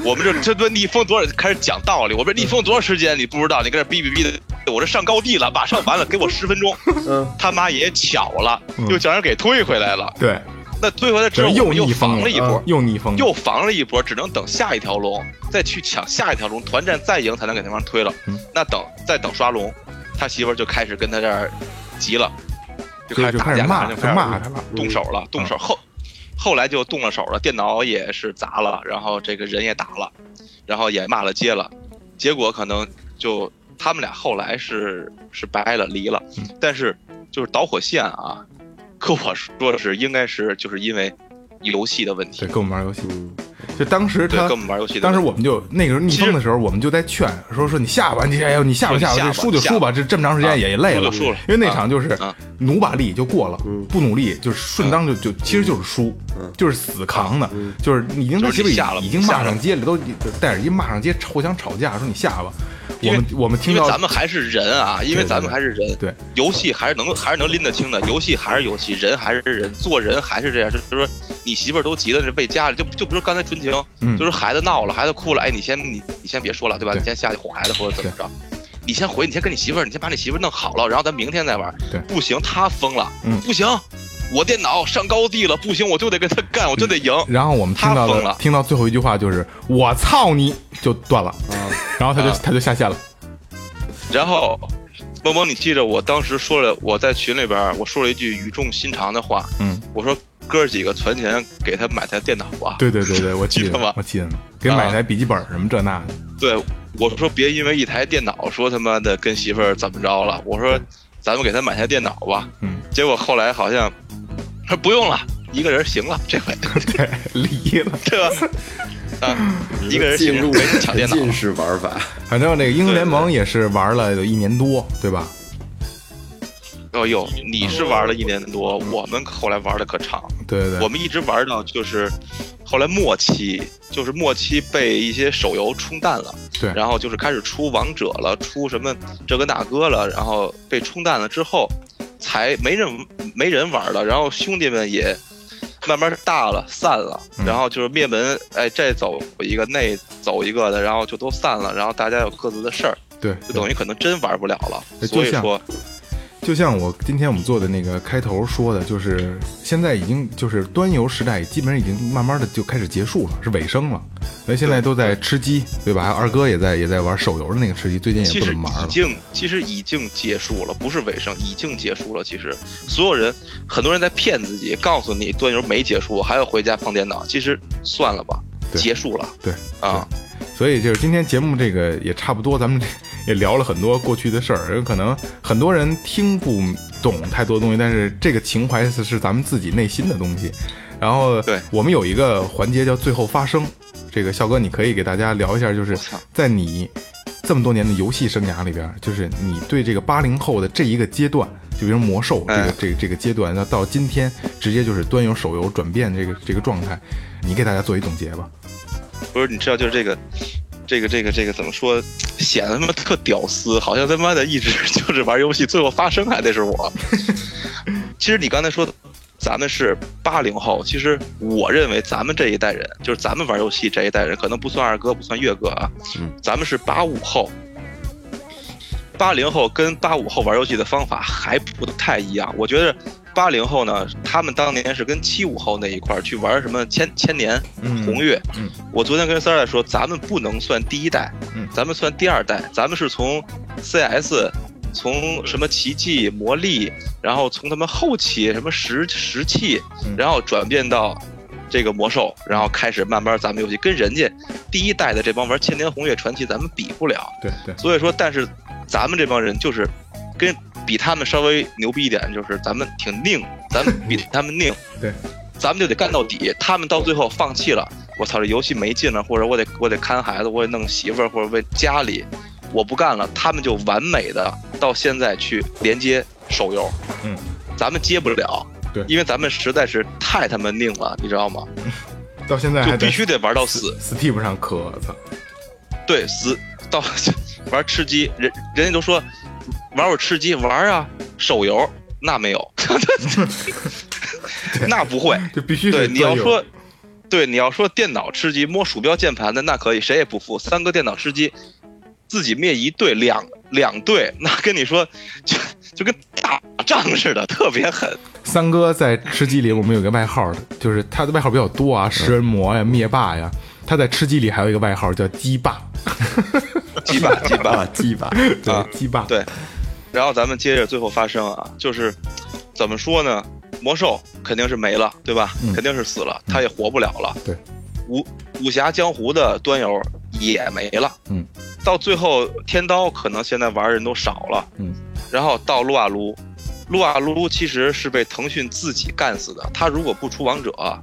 E: 我们这这顿逆风多少开始讲道理，我们这逆风多长时间你不知道，你跟这哔哔哔的，我这上高地了，马上完了，给我十分钟，他妈也巧了，又叫人给推回来了，
C: 对，
E: 那推回来之后我
C: 嗯又
E: 们又
C: 逆
E: 防
C: 风嗯
E: 了一波。
C: 又逆风，
E: 又防了一波，只能等下一条龙，再去抢下一条龙，团战再赢才能给对方推了。
C: 嗯
E: 那等再等刷龙，他媳妇儿就开始跟他这儿急了，就
C: 对
E: 开始
C: 就
E: 打
C: 开始
E: 架，
C: 骂，
E: 就
C: 就
E: 开始
C: 骂他了，嗯
E: 动手了，动手后后来就动了手了，电脑也是砸了，然后这个人也打了，然后也骂了街了，结果可能就他们俩后来是是掰了离了，
C: 嗯
E: 但是就是导火线啊，可我说的是应该是就是因为游戏的问题
C: 对，。跟我们玩游戏，就当时
E: 对，
C: 他
E: 跟我们玩游戏的问题。
C: 当时我们就那个时候逆风的时候，我们就在劝说说你下吧，你哎呦你下吧
E: 说你
C: 下
E: 下
C: 吧，这
E: 吧
C: 输就
E: 下吧
C: 输吧，这这么长时间也也累
E: 输
C: 了
E: 就输了，
C: 因为那场就是
E: 啊嗯
C: 努把力就过了，不努力就是顺当就就其实就是输，就是死扛的，就是已经他
E: 就是
C: 媳妇儿
E: 你
C: 已
E: 下了
C: 已经骂
E: 下
C: 上
E: 了
C: 街了，都带着一骂上街互相吵架，说你下吧，我
E: 因为
C: 们我们听
E: 因为
C: 到
E: 咱们还是人啊，因为
C: 对
E: 咱们还是人，
C: 对
E: 游戏还是能还是能拎得清的，游戏还是游戏，人还是人，做人还是这样，就是说你媳妇儿都急了，这为家里就就不是刚才纯情，
C: 嗯
E: 就是孩子闹了，孩子哭了，哎，你先你你先别说了，对吧？
C: 对
E: 你先下去哄孩子或者怎么着。你先回，你先跟你媳妇儿，你先把你媳妇儿弄好了，然后咱明天再玩。
C: 对
E: 不行，他疯了，
C: 嗯
E: 不行，我电脑上高地了，不行，我就得跟他干，我就得赢。
C: 然后我们听到
E: 他疯
C: 的
E: 了
C: 听到最后一句话就是“我操你”，就断了，然后他就
E: 啊
C: 他就下线了。
E: 然后，萌萌，你记着我当时说了，我在群里边儿我说了一句语重心长的话，
C: 嗯，
E: 我说哥几个存钱给他买台电脑啊吧。
C: 对对对对，我记
E: 记得
C: 得
E: 吗，
C: 我记得，给买台笔记本什么这那的，
E: 对，我说别因为一台电脑说他妈的跟媳妇儿怎么着了，我说咱们给他买台电脑吧。
C: 嗯，
E: 结果后来好像他说不用了，一个人行了，这回 *laughs*
C: 对， *laughs* 离了。
E: 对吧？啊，一个人行
D: 进入
E: 没人抢电脑。
D: 进式玩法，
C: 反正这个英雄联盟也是玩了有一年多，对吧？
E: 哦呦，你是玩了一年多，我们后来玩的可长，
C: 对对对，
E: 我们一直玩到就是后来末期，就是末期被一些手游冲淡了，
C: 对
E: 然后就是开始出王者了，出什么这个那个了，然后被冲淡了之后，才没人没人玩了，然后兄弟们也慢慢大了散了，
C: 嗯
E: 然后就是灭门，哎，这走一个那走一个的，然后就都散了，然后大家有各自的事儿，
C: 对，
E: 就等于可能真玩不了了，
C: 哎
E: 所以
C: 就像
E: 说。
C: 就像我今天我们做的那个开头说的，就是现在已经就是端游时代，基本上已经慢慢的就开始结束了，是尾声了。哎，现在都在吃鸡，对吧？还有二哥也在也在玩手游的那个吃鸡，最近也
E: 其
C: 不
E: 实
C: 怎么玩
E: 已
C: 了。
E: 经其实已经结束了，不是尾声，已经结束了。其实所有人很多人在骗自己，告诉你端游没结束，还要回家碰电脑。其实算了吧，
C: 对
E: 结束了
C: 对，
E: 啊。
C: 所以就是今天节目这 *laughs* 个也差不多，咱们也聊了很多过去的事儿，有可能很多人听不懂太多东西，但是这个情怀是是咱们自己内心的东西。然后，
E: 对
C: 我们有一个环节叫最后发声，这个笑哥你可以给大家聊一下，就是
E: 我操
C: 在你这么多年的游戏生涯里边，就是你对这个八零后的这一个阶段，就比如魔兽这个、
E: 哎
C: 这个这个阶段，那到今天直接就是端游手游转变这个这个状态，你给大家做一总结吧。
E: 不是，你知道就是这个。这个这个这个怎么说？显得他妈特屌丝，好像他妈的一直 *laughs* 就是玩游戏，最后发声还得是我。其实你刚才说的，咱们是八零后，其实我认为咱们这一代人，就是咱们玩游戏这一代人，可能不算二哥，不算岳哥啊，
D: 嗯
E: 咱们是八五后。八零后跟八五后玩游戏的方法还不太一样，我觉得八零后呢，他们当年是跟七五后那一块儿去玩什么千千年、
C: 嗯
E: 红月，
C: 嗯
E: 我昨天跟三儿在说，咱们不能算第一代，
C: 嗯
E: 咱们算第二代，咱们是从 CS，从什么奇迹、魔力，然后从他们后期什么石石器
C: 嗯，
E: 然后转变到这个魔兽，然后开始慢慢咱们游戏跟人家第一代的这帮玩千年红月传奇咱们比不了，
C: 嗯对对，
E: 所以说，但是咱们这帮人就是跟比他们稍微牛逼一点，就是咱们挺拧，
C: *laughs*
E: 咱们比他们拧，
C: 对，
E: 咱们就得干到底。他们到最后放弃了，我操，这游戏没劲了，或者我得我得看孩子，我得弄媳妇儿，或者为家里，我不干了。他们就完美的到现在去连接手游，
C: 嗯，
E: 咱们接不了，
C: 对
E: 因为咱们实在是太他妈拧了，你知道吗？
C: 到现在还
E: 就
C: 在
E: 必须得玩到死。
C: Steam 上磕，我操！
E: 对，死到 *laughs* 玩吃鸡，人人家都说玩会儿吃鸡，玩啊，手游那没有， *laughs* 那不会。
C: 就必须
E: 对，
C: 得
E: 你要
C: 端游
E: 说，对，你要说电脑吃鸡摸鼠标键盘的那可以，谁也不服。三个电脑吃鸡，自己灭一队，两两队，那跟你说就就跟打仗似的，特别狠。
C: 三哥在吃鸡里，我们有个外号，就是他的外号比较多
E: 嗯
C: 啊，食人魔呀、灭霸呀。他在吃鸡里还有一个外号叫鸡
E: 啊
C: 霸，
E: 鸡巴鸡巴
D: 啊，鸡巴，
E: 啊
C: *laughs* 对，鸡霸，
E: 对然后咱们接着最后发声啊，就是怎么说呢？魔兽肯定是没了，对吧？
C: 嗯
E: 肯定是死了，它也活不了了。
C: 对，
E: 武武侠江湖的端游也没了。
C: 嗯，
E: 到最后天刀可能现在玩的人都少了。
C: 嗯，
E: 然后到撸啊撸，撸啊撸其实是被腾讯自己干死的。他如果不出王者，
C: 啊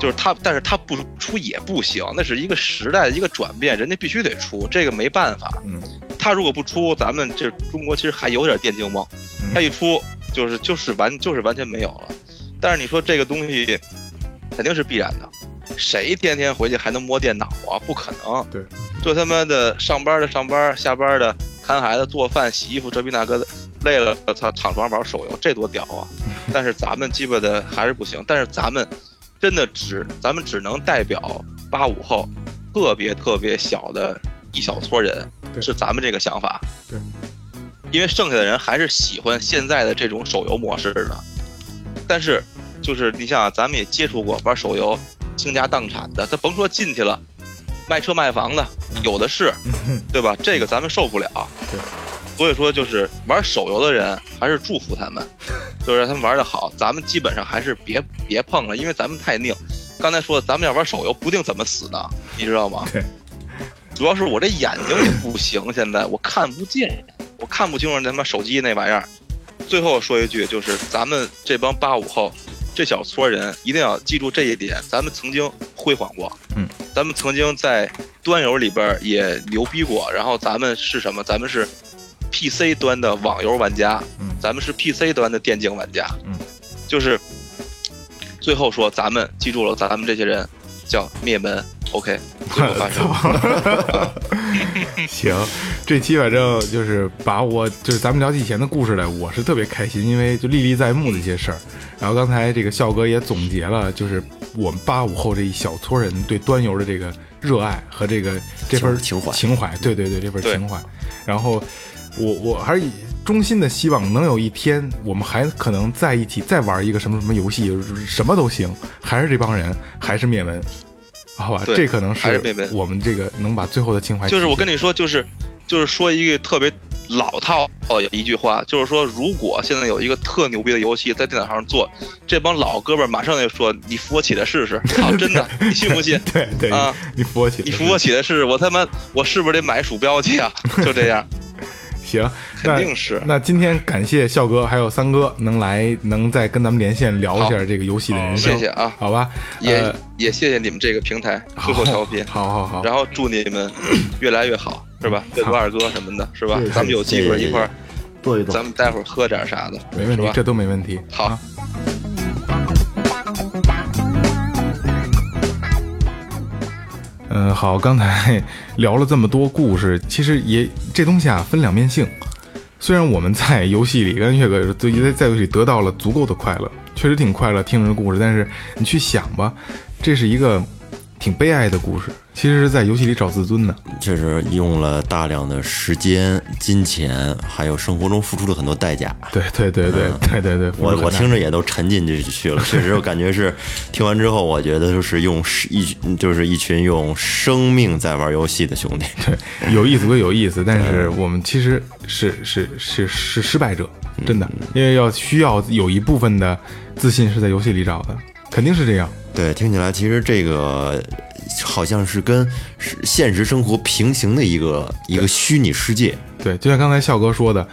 E: 就是他，但是他不出也不行，那是一个时代的一个转变，人家必须得出，这个没办法。
C: 嗯，
E: 他如果不出，咱们这中国其实还有点电竞梦
C: 嗯，
E: 他一出就是就是完就是完全没有了。但是你说这个东西肯定是必然的，谁天天回去还能摸电脑啊？不可能。
C: 对，
E: 就他妈的上班的上班，下班的看孩子、做饭、洗衣服，这逼那个的，累了操躺床上玩手游，这
C: *laughs*
E: 多屌啊！但是咱们鸡巴的还是不行，但是咱们真的只咱们只能代表八五后特别特别小的一小撮人，
C: 对
E: 是咱们这个想法。
C: 对，
E: 因为剩下的人还是喜欢现在的这种手游模式的，但是就是你想、啊，咱们也接触过玩手游倾家荡产的，他甭说进去了，卖车卖房的有的是，对吧？这个咱们受不了。
C: 对。
E: 所以说，就是玩手游的人，还是祝福他们，就是让他们玩的好。咱们基本上还是别别碰了，因为咱们太拧。刚才说咱们要玩手游，不定怎么死呢，你知道吗？
C: 对。
E: 主要是我这眼睛也不行，现在我看不见，我看不清楚他妈手机那玩意儿。最后说一句，就是咱们这帮八五后，这小撮人一定要记住这一点，咱们曾经辉煌过，
C: 嗯，
E: 咱们曾经在端游里边也牛逼过，然后咱们是什么？咱们是 PC 端的网游玩家，
C: 嗯
E: 咱们是 PC 端的电竞玩家，
C: 嗯，
E: 就是最后说，咱们记住了，咱们这些人叫灭门，OK，最后发
B: *laughs*
C: *laughs*
E: 生。
C: 行，这期反正就是把我就是咱们聊起以前的故事来，我是特别开心，因为就历历在目的一些事儿。然后刚才这个笑哥也总结了，就是我们八五后这一小撮人对端游的这个热爱和这个这份
B: 情怀
C: 情怀，对对对，这份
E: 对
C: 情怀。然后我我还是以衷心的希望能有一天，我们还可能在一起再玩一个什么什么游戏，什么都行，还是这帮人，还是灭门。好吧，
E: 对
C: 这可能
E: 还是灭门
C: 我们这个能把最后的情怀。
E: 就是我跟你说，就是就是说一个特别老套的一句话，就是说，如果现在有一个特牛逼的游戏在电脑上做，这帮老哥们儿马上就说：“你扶我起来
C: *laughs*
E: 试试！”操、真的，你信不信？
C: 对对
E: 啊，
C: 你扶我起来，
E: 你扶我起来试试，我他妈我是不是得买鼠标去啊？就这样，
C: 行，
E: 肯定是
C: 那。那今天感谢笑哥还有三哥能来，能再跟咱们连线聊一下这个游戏的人生，
E: 谢谢啊，
C: *laughs* 好吧？
E: 也、
C: 呃
E: 也谢谢你们这个平台最后调频，
C: 好好好，
E: 然后祝你们越来越好，是吧？乐哥二哥什么的，是吧
D: 是？
E: 咱们有机会
B: 谢谢
E: 一块儿，
D: 坐一坐
E: 咱。们待会儿喝点啥的，
C: 没问
E: 是
C: 题
E: 吧，
C: 这都没问题。
E: 好
C: 啊嗯、好，刚才聊了这么多故事，其实也这东西啊分两面性。虽然我们在游戏里跟月哥对在在游戏里得到了足够的快乐，确实挺快乐听着这故事，但是你去想吧，这是一个挺悲哀的故事，其实是在游戏里找自尊的。
B: *laughs* 确实用了大量的时间、金钱，还有生活中付出了很多代价。
C: 对对对对对对对，
B: 我
C: 付出
B: 我
C: 很大
B: 听着也都沉进去去了，确实我感觉
C: *laughs*
B: 是听完之后，我觉得就是用是一就是一群用生命在玩游戏的兄弟。
C: 有意思归有意思，但是我们其实是是是是失败者，真的，因为要需要有一部分的自信是在游戏里找的，肯定是这样。
B: 对，听起来其实这个好像是跟是现实生活平行的一个一个虚拟世界。
C: 对，就像刚才笑哥说的，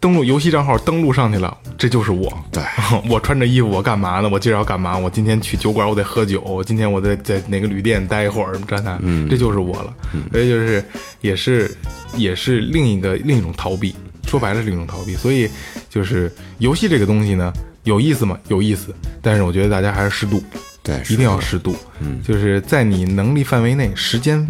C: 登录游戏账号登录上去了，这就是我。
B: 对，
C: *laughs* 我穿着衣服，我干嘛呢？我今儿要干嘛？我今天去酒馆，我得喝酒。今天我在在哪个旅店待一会儿，什么这那，
B: 嗯
C: 这就是我了。所以就是也是也是另一个另一种逃避，说白了是另一种逃避。所以就是游戏这个东西呢，有意思吗？有意思，但是我觉得大家还是适度，
B: 对，
C: 一定要适度。
B: 嗯
C: 就是在你能力范围内、时间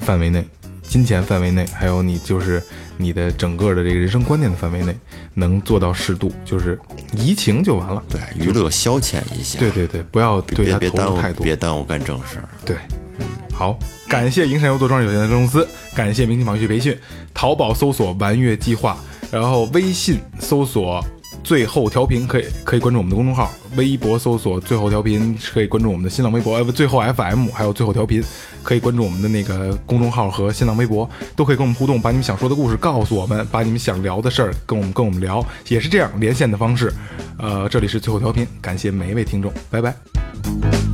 C: 范围内、金钱范围内，还有你就是你的整个的这个人生观念的范围内，能做到适度，就是怡情就完了。
B: 对娱乐消遣一下。
C: 对对对，不要对
B: 别
C: 他
B: 别
C: 投
B: 耽
C: 入
B: 误
C: 太多。
B: 别耽误干正事儿。
C: 对，好，感谢银山游做装饰有限责任公司，感谢明星网学培训，淘宝搜索“玩乐计划”，然后微信搜索“最后调频”，可以可以关注我们的公众号，微博搜索“最后调频”，可以关注我们的新浪微博，呃，不最后 FM，还有最后调频，可以关注我们的那个公众号和新浪微博，都可以跟我们互动，把你们想说的故事告诉我们，把你们想聊的事儿跟我们跟我们聊，也是这样连线的方式。呃，这里是最后调频，感谢每一位听众，拜拜。